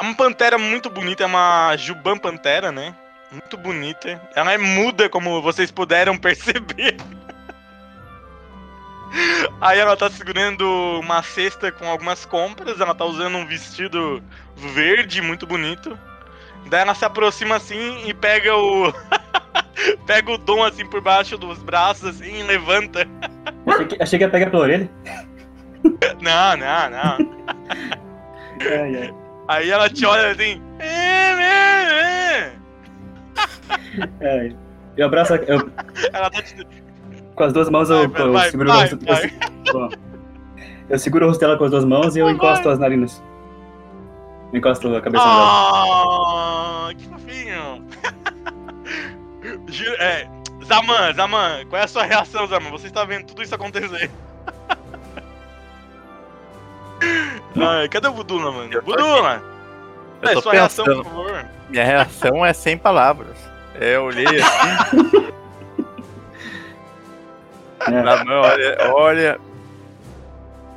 É uma pantera muito bonita, é uma Juban Pantera, né? Muito bonita. Ela é muda, como vocês puderam [LAUGHS] perceber. Aí ela tá segurando uma cesta com algumas compras, ela tá usando um vestido verde muito bonito. Daí ela se aproxima assim e pega o pega o Dom assim por baixo dos braços assim e levanta. [LAUGHS]
Achei que, achei que ia pegar pela orelha.
Não, não, não.
Ai, ai.
Aí ela te olha assim. "É, é, é."
ai. É, Eu abraço, a- eu,
Ela tá te.
com as duas mãos eu,
Vai,
eu
vai,
seguro o
vai,
rosto. eu
vai.
se- Bom, eu seguro o rosto dela com as duas mãos e eu
Vai.
encosto as narinas. Eu Encosto a cabeça dela.
Ah, que fofinho. [LAUGHS] Ju- é, Zaman, Zaman, qual é a sua reação, Zaman? Você está vendo tudo isso acontecer. [LAUGHS] Ai, cadê o Budula, mano?
Eu tô
Budula!
Eu
É,
tô
sua reação,
pensando.
por favor.
Minha reação é sem palavras. É, eu olhei assim,
É,
na mão, olha, olha.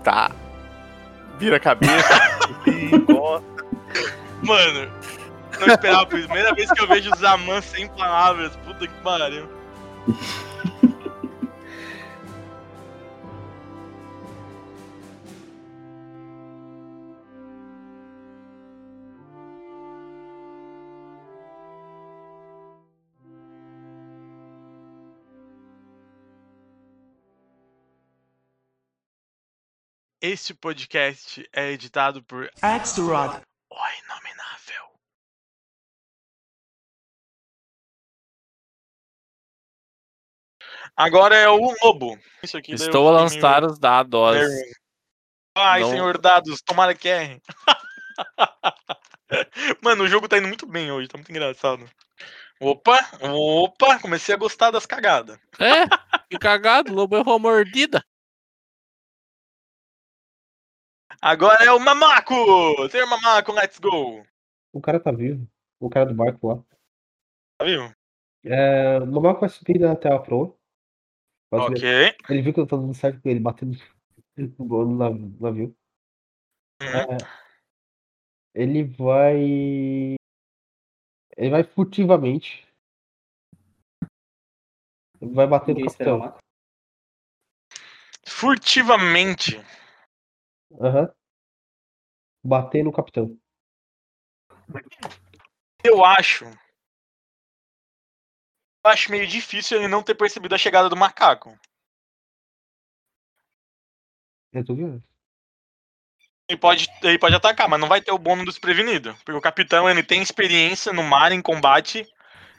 Tá. Vira a cabeça, assim, encosta.
Mano, não esperava por isso. Primeira vez que eu vejo o Zaman sem palavras. Puta que pariu. Este podcast é editado por Axelrod. O Inominável. Agora é o Lobo. Isso aqui daí eu
Estou a
fiquei
lançar os dados.
meio- Ai,
Não-
senhor dados, tomara que erre. [LAUGHS] Mano, o jogo tá indo muito bem hoje, tá muito engraçado. Opa, opa, comecei a gostar das cagadas.
É, que cagado, o lobo errou a mordida.
Agora é o Mamaco! Senhor Mamaco, let's go!
O cara tá vivo. O cara do barco lá.
Tá viu?
É, o Mamaco vai subir até a proa. Faz o mesmo.
Ok.
Ele viu que eu tô dando certo com ele, batendo no bolo do nav- do navio.
Uhum.
Ele vai. Ele vai furtivamente. Ele vai bater no
ninguém esperava.
capitão.
Furtivamente.
Aham. Bater no capitão.
Eu acho. Eu acho meio difícil ele não ter percebido a chegada do macaco.
Resolveu?
Ele pode, ele pode atacar, mas não vai ter o bônus dos prevenidos. Porque o capitão ele tem experiência no mar em combate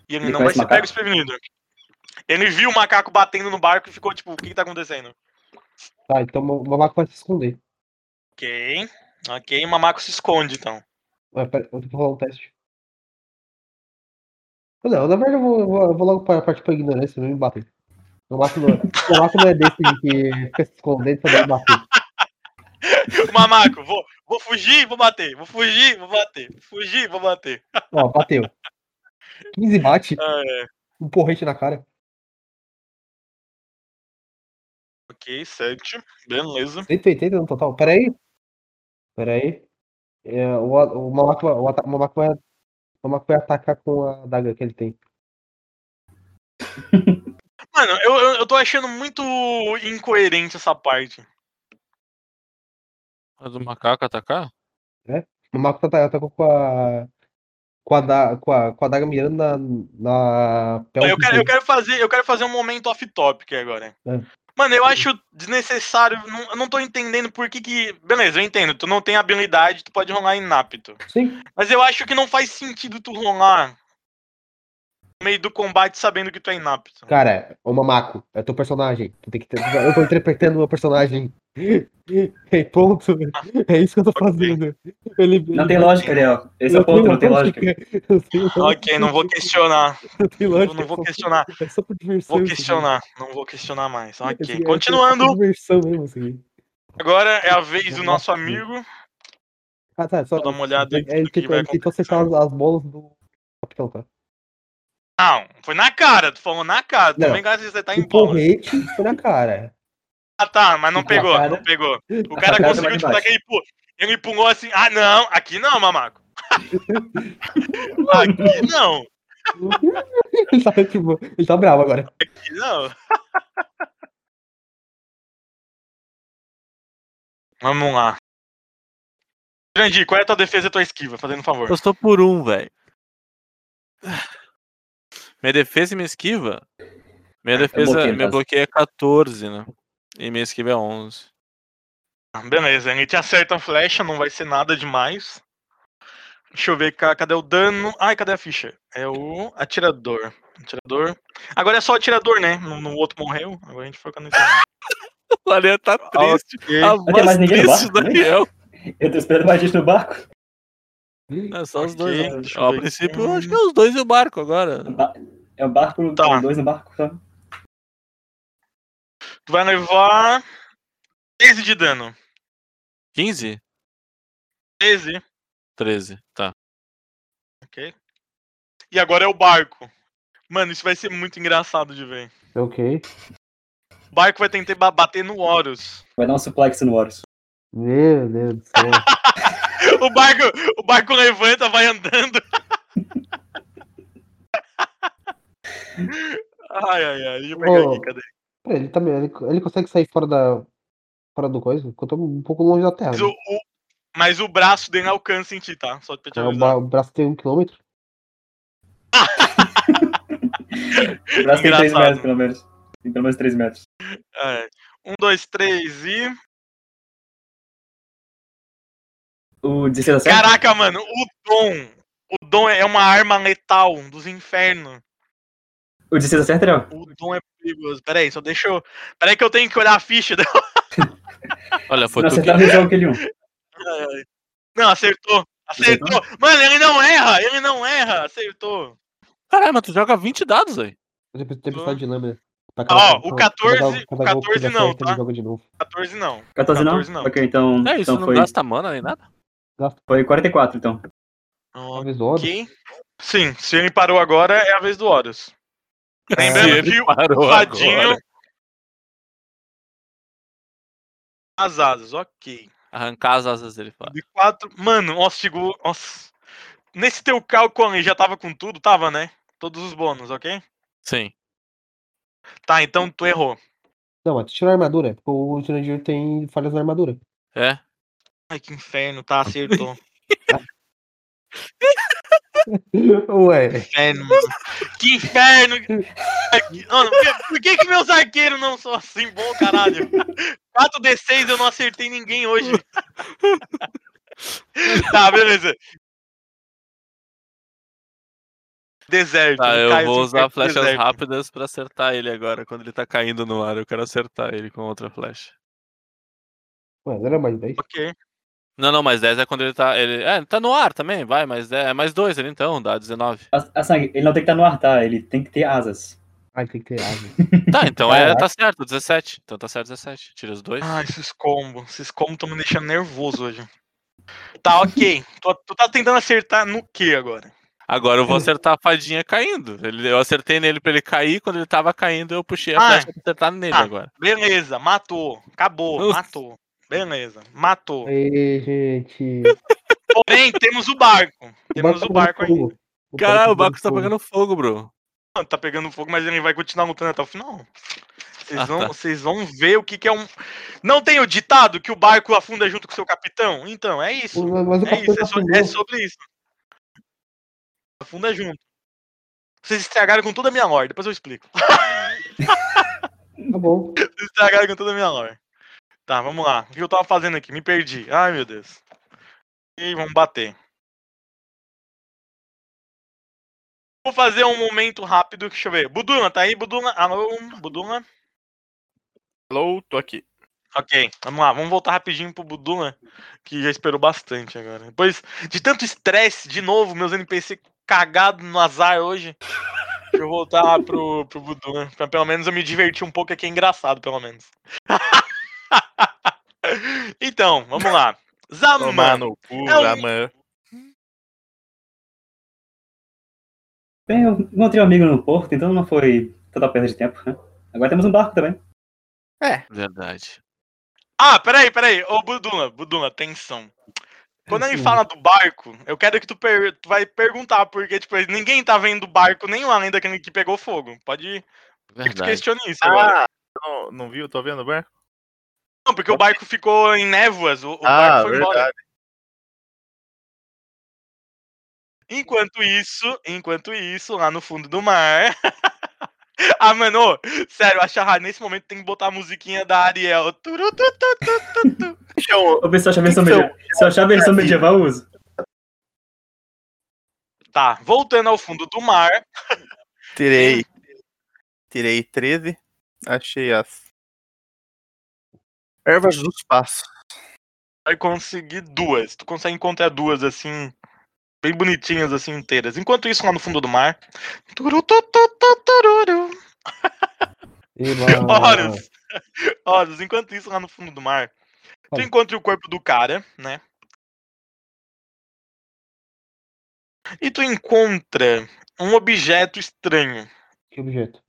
e ele,
Ele
não vai
conhece
ser pego
macaco?
desprevenido. Ele viu o macaco batendo no barco e ficou tipo, o que, que tá acontecendo?
Tá, então o Mamaco vai se esconder.
Ok. Ok, o mamaco se esconde então. [LAUGHS]
Ué, pera- Eu tenho que rolar um teste. Não, na verdade eu vou, eu vou, eu vou logo para a parte pra ignorância, não me bater. O Mamaco não, o Mamaco não é desse de que fica se escondendo e vai bater.
O mamaco, vou, vou fugir, vou bater. Vou fugir, vou bater. Fugir, vou bater.
Ó, bateu. 15 bate,
Ah, é.
um porrete na cara.
Ok, 7. Beleza.
180 no total. Pera aí. Pera aí. É, o, o, Mamaco, vai- o, ata- o Mamaco vai, o Mamaco vai atacar com a daga que ele tem.
Mano, eu, eu, eu tô achando muito incoerente essa parte.
A do macaco atacar?
O Marco tá, tá com a. Com a, da, com a, com a daga mirando na. na pelve
eu, quero,
dele.
eu quero fazer, eu quero fazer um momento off-topic agora.
É.
Mano, eu acho desnecessário. Não, eu não tô entendendo por que que. Beleza, eu entendo. Tu não tem habilidade, tu pode rolar inapto.
Sim.
Mas eu acho que não faz sentido tu rolar no meio do combate sabendo que tu é inapto.
Cara, ô Mamaco, é teu personagem. Tu tem que ter- eu tô interpretando o meu personagem. [LAUGHS] E ponto. É isso que eu tô fazendo. Ele,
Não tem lógica, Ariel. Esse é o ponto, não tem lógica.
Não tem lógica.
Ok, não vou questionar.
Não tem
Eu
lógica.
não vou
é só-
questionar.
É só por diversão.
Vou
isso aqui.
questionar. Não vou questionar mais.
Isso
Ok.
aqui é- É só
Continuando.
por diversão mesmo, assim. isso aqui.
Agora é a vez do nosso amigo.
Ah, tá. Só,
Vou dar uma olhada
é,
aqui
ele
no que
tentou,
vai
ele tentou
acontecer.
acertar as, as bolas do capitão, tá?
Não, foi na cara. Tu falou na cara. Tu
Não.
também gosta de acertar Tá em
O
bola.
porrete foi na cara. [LAUGHS]
Ah, tá, mas não
Com a
pegou,
cara.
não pegou. O
a
cara
cara
conseguiu
mais
tipo, dar
embaixo.
aquele pu- Ele pulou assim. Ah, não, aqui não,
[LAUGHS]
mamaco. aqui não,
ele, tá, tipo, ele tá bravo agora.
aqui não. Vamos lá. Grandi, qual é a tua defesa e tua esquiva? Fazendo um favor.
Eu sou por um, velho. Minha defesa e minha esquiva? Minha defesa,
bloqueio, no
meu
caso.
bloqueio é 14, né? E minha esquiva é [LAUGHS] 11.
Ah, Beleza, ele te acerta a flecha, não vai ser nada demais. Deixa eu ver, cá, cadê o dano? Ai, cadê a ficha? É o atirador. Atirador. Agora é só atirador, né? No, no outro morreu. Agora a gente foca nesse.
O planeta tá triste. A
tem mais
voz
ninguém no
triste
barco,
do
né?
Ariel.
Eu tô esperando mais gente no barco.
É só os
Ok,
dois. né?
deixa eu
Ó, a
ver aqui.
princípio, eu acho que é os dois e o barco agora.
Ba- É um barco,
Tá.
tem dois no barco, tá?
Tu vai levar 13 de dano.
15?
13,
13, tá.
ok? E agora é o barco. Mano, isso vai ser muito engraçado de ver.
Ok.
O barco vai tentar ba- bater no Horus.
Vai dar um suplex no Horus.
Meu Deus do céu.
O barco, o barco levanta, vai andando. Ai, ai, ai. Deixa eu pegar
Ô.
aqui, cadê?
Pô, É, Ele também, ele, ele consegue sair fora da. Fora do coisa? Porque eu tô um pouco longe da terra.
Mas o,
né?
o- mas o braço dele alcança em ti, tá? Só pra te
Ah, o,
avisar.
bra- o braço tem um quilômetro.
O braço tem 3
Engraçado.
metros, pelo menos. Tem pelo menos 3 metros.
É. Um, dois, três e.
O 16 acerta?
Caraca, mano, o Dom. O Dom é uma arma letal um dos infernos.
O 16 acerta, Ariel?
O Dom é perigoso. Pera aí, só deixa eu. Pera aí que eu tenho que olhar a ficha.
Olha, foi
Não, tá
tu que...
acertava o jogo aquele 1.
Não, acertou. Acertou. Mano, ele não erra. Ele não erra. Acertou.
Caralho, mas tu joga 20 dados aí.
Eu tenho tempestade de lâmina. Tá
Ó,
cada-
o
cada-
14
cada- cada
o 14
golpe que
não,
acerta, ele
tá?
joga de novo.
14 não.
14 não?
14 não.
Ok, então,
É, isso
então
não
foi,
gasta mana nem nada.
foi 44, então.
Talvez ouro.
Ok. Sim, se ele parou agora, é a vez do Horus. Lembrando
Se É, ele
que o
parou
Fadinho.
agora.
As asas, ok.
Arrancar as asas dele fora.
De quatro. Mano, nossa, chegou. Nossa. Nesse teu cálculo ali já tava com tudo? Tava, né? Todos os bônus, ok?
Sim.
Tá, então tu errou.
Não, mas tu tira a armadura, é porque o Jurandir tem falhas na armadura.
É.
Ai, que inferno, tá? Acertou.
[LAUGHS] Ué,
inferno, mano. Que inferno! Ai, que- Mano, por que- por que, que meus arqueiros não são assim bom, caralho? 4D6 eu não acertei ninguém hoje. tá, beleza. Deserto.
Tá, eu
cai
vou
assim,
usar
perto do
flechas
deserto.
rápidas pra acertar ele agora. Quando ele tá caindo no ar, eu quero acertar ele com outra flecha.
ué, não era mais 10.
Ok.
Não, não, mais 10 é quando ele tá. Ele... É, ele tá no ar também, vai, mais 10. É mais 2 ele então, dá 19.
A, a sangue, ele não tem que estar no ar, tá? Ele tem que ter asas.
Ai, tem que ter asa.
Tá, então é, tá certo, 17. Então tá certo 17. Tira os dois.
Ah, esses combos. Esses combos estão me deixando nervoso hoje. Tá, ok. Tu, tu tá tentando acertar no que agora?
Agora eu vou acertar a fadinha caindo. Ele- eu acertei nele pra ele cair, quando ele tava caindo, eu puxei a
Ah.
flecha pra acertar nele
Ah.
agora.
Beleza, matou. Acabou,
Nossa.
matou. Beleza, matou.
[LAUGHS] Ei, gente.
Porém, temos o barco. Temos
tá
o
pegando
barco aí.
fogo.
Caralho, o
barco
Baco
tá
tá
pegando fogo.
pegando fogo, bro.
tá pegando fogo, mas ele vai continuar lutando até o final. Vocês
Ah,
vão,
tá.
vocês vão ver o que, que é um. Não tem o ditado que o barco afunda junto com seu capitão? Então, é isso.
Mas o
É
tá capitão
isso,
já
é so- é
afundou.
sobre, isso. Afunda junto. Vocês estragaram com toda a minha lore, depois eu explico.
Tá [LAUGHS] bom.
Vocês estragaram com toda a minha lore. Tá, vamos lá. O que eu tava fazendo aqui? Me perdi. Ai, meu Deus. E vamos bater. Vou fazer um momento rápido, deixa eu ver. Buduna, tá aí, Buduna? Alô, Buduna?
Hello, tô aqui.
Ok, vamos lá, vamos voltar rapidinho pro Buduna, que já esperou bastante agora. Depois de tanto estresse, de novo, meus NPC cagado no azar hoje. Deixa eu voltar lá pro, pro Buduna, pra pelo menos eu me divertir um pouco, é que é engraçado, pelo menos. [LAUGHS] então, vamos lá.
Tomar
Zaman,
no cu,
É o-
Zaman.
Bem, eu encontrei um amigo no porto, então não foi toda perda de tempo, né? Agora temos um barco também.
Verdade.
Ah, peraí, peraí. Ô, Buduna, Buduna, atenção. Quando ele fala do barco, eu quero que tu, per- tu vai perguntar, porque, tipo, ninguém tá vendo o barco, nenhum além daquele que pegou fogo. Pode que tu
Verdade.
questione isso agora.
Ah, Não, não viu? Tô vendo o barco?
Não, porque o barco ficou em névoas, o, o
Ah,
barco foi embora.
verdade.
Enquanto isso, enquanto isso, lá no fundo do mar. [LAUGHS] ah, mano, ô, sério, acho errado. Nesse momento tem que botar a musiquinha da Ariel. Turu, tu, tu, tu, tu, tu.
Deixa
Vou ver se eu achar a versão
Então,
medieval. Se eu achar a versão medieval, eu uso.
Tá, voltando ao fundo do mar.
Tirei. Tirei 13. Achei as. Ervas do espaço.
vai conseguir duas. Tu consegue encontrar duas assim, bem bonitinhas assim inteiras. Enquanto isso lá no fundo do mar, turu, tu, tu, tu, tururu.
E lá-
Horus. Horus, enquanto isso lá no fundo do mar, tu
Fala.
encontra o corpo do cara, né? E tu encontra um objeto estranho
Que objeto?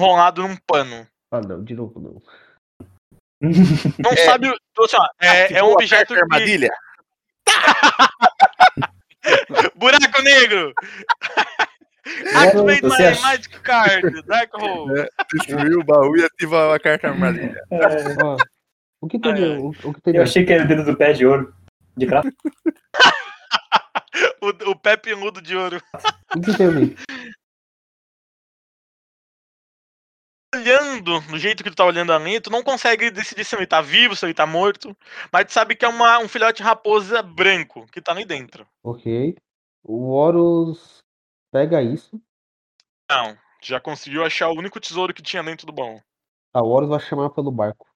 enrolado num pano.
Ah, não, de novo não.
Não sabe, o- então, assim, ó, é, é um
Ficou
objeto
aperta a
que...
armadilha.
buraco negro. Activate
você
my
acha?
magic card, Dark Hole.
Destruiu o baú e ativa a
[LAUGHS]
carta armadilha.
Ó, o que tem,
Ai, ai.
o, o que tem
É, Eu achei que era o dedo do pé de ouro. De prata.
O, o pé peludo de ouro.
o que tem ali?
Olhando do jeito que tu tá olhando ali, tu não consegue decidir se ele tá vivo, se ele tá morto. Mas tu sabe que é uma, um filhote raposa branco que tá ali dentro.
Ok. O Horus pega isso.
Não. tu Já conseguiu achar o único tesouro que tinha dentro do baú.
Ah, o Horus vai chamar pelo barco.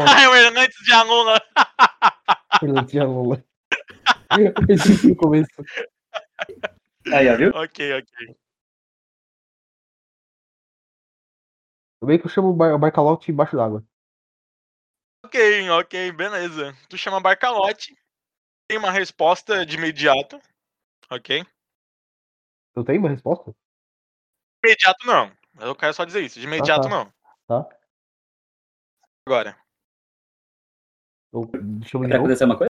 [LAUGHS] [LAUGHS] Ah, é o Hernandes de Aluna.
Fernando de [LAUGHS] Alula. Eu pensei isso no começo.
Aí, ó, viu?
Ok, ok.
Eu meio que eu chamo o, bar, o Barcalote embaixo d'água.
Ok, ok, beleza. Tu chama Barcalote. Tem uma resposta de imediato. Ok?
Eu tenho uma resposta?
De imediato não. Eu quero só dizer isso. De imediato não.
Tá.
Agora.
Eu chamo de
Pra
novo.
acontecer uma coisa?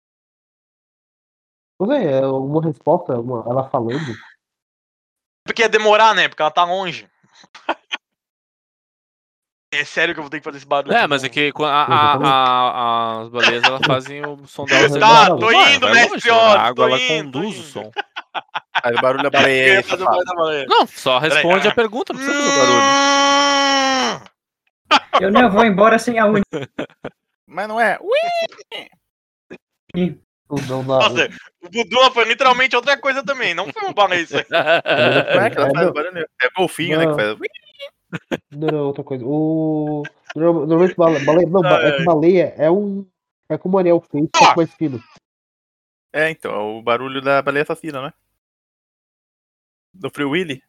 Não sei, é uma resposta, uma, ela falando.
Porque ia demorar, né? Porque ela tá longe. é sério que eu vou ter que fazer esse barulho.
É,
de
mas é
novo.
que quando a, a, a- a- as baleias elas fazem o som da
Tá,
delas.
tô
Vai
indo,
longe, né?
mestre
A
Otto, tô
água ela
indo, tô
conduz o
indo.
som.
Aí o barulho da
Eu
baleia.
ia fazer o barulho da baleia.
Não, só
Peraí,
responde
ah.
a pergunta, É, tá não precisa fazer o barulho.
Hum.
Eu não vou embora sem a unha.
Mas não é. Ui!
O não
Tá
dá.
Nossa, o Budula foi literalmente outra coisa também. Não foi uma baleia isso aí.
Não é que ela
É,
faz
não.
barulho. É golfinho, né? Que
Não.
faz. Ui!
Não, não, outra coisa. O. norma- Normalmente bale- baleia. Não, ba- é que baleia é um. É como um anel feito, só que mais fino.
É, então. É o barulho da baleia assassina, né? Do Free Willy.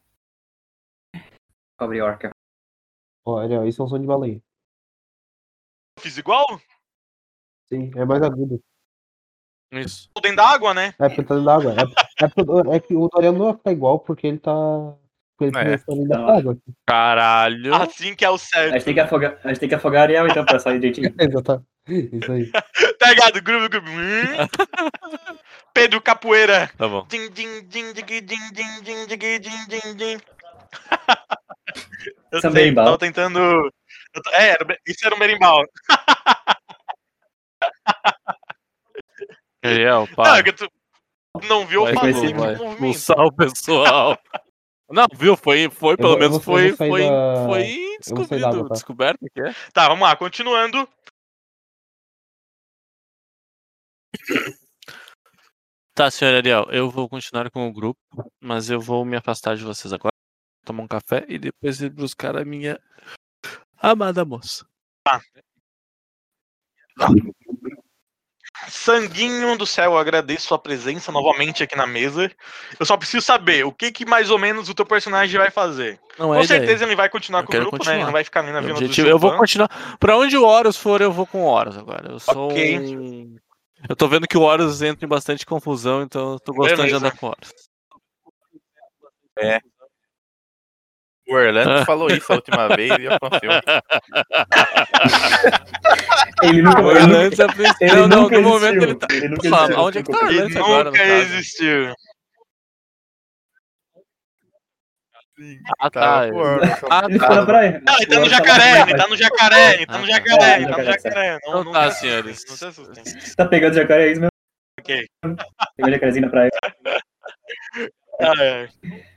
Cobre orca.
Ó, anel, isso é um som de baleia.
Eu Fiz igual?
Sim, é mais agudo.
Hum.
[LAUGHS] Isso.
Tô dentro da água, né?
É porque tá dentro da água. É, é porque- é que o Dorian não vai ficar igual porque ele tá. porque Ele
É.
tá dentro da
Não.
água.
Caralho.
Assim que é o
Ah,
A gente
certo.
É.
tem que afogar, a gente tem que afogar a Ariel então pra sair direitinho.
É, já tá.
Isso aí.
Tá ligado? Grupo, grupo. Hum. Pedro Capoeira.
Tá bom.
Din, din, din, digui, din, din, din, digui, din, din, din.
é
Eu
Também
sei,
bala.
Tava tentando. eu tô- É, era um be- isso era um berimbau.
Gabriel,
Não, é
para.
que tu não viu
Vai,
eu fazer
vai,
esse
vai.
movimento.
Expulsar o pessoal. [LAUGHS] Não, viu? Foi, foi
Eu
pelo
vou- eu
menos
vou- eu
foi,
vou sair
foi,
da-
foi
eu vou sair da
descobrido,
água, tá?
descoberto que é.
Tá, vamos lá, continuando.
Tá, senhor Ariel, eu vou continuar com o grupo, mas eu vou me afastar de vocês agora, tomar um café e depois ir buscar a minha amada moça.
Sanguinho do céu, eu agradeço sua presença novamente aqui na mesa. Eu só preciso saber o que, que mais ou menos o teu personagem vai fazer.
Não é
Com
ideia.
certeza ele vai continuar
Eu
com o
quero
grupo, né?
continuar.
Ele não vai ficar ali na
Meu
Vila
objetivo-
do
eu vou
Sultão.
continuar. Pra onde o Horus for, eu vou com o Horus agora. Eu sou
Ok.
um... Eu tô vendo que o Horus entra em bastante confusão, então eu tô gostando
Beleza.
de andar com o Horus.
O Orlando falou isso a última vez e aconteceu.
Ele nunca
O
ele nunca-
Orlando é prin-
ele
Não, não,
nunca
no momento
existiu.
ele tá.
Ele nunca
Porra,
existiu,
onde é que tá?
desculpa.
Ele
Antes agora, no
nunca
caso.
existiu.
Ah, tá.
Tá, o Orlando só-
Ah,
Ele ficou na
tá.
praia.
Não, ele tá
O
no
Horus tava
jacaré,
na
ele
praia.
tá no jacaré, ele tá no
Ah,
jacaré,
tá.
ele tá no jacaré. Não,
Então tá,
se
senhores.
assustem, Não se assustem.
Tá pegando jacaré, é isso mesmo?
Ok.
um
Pegou jacarezinho na praia.
Ah, é.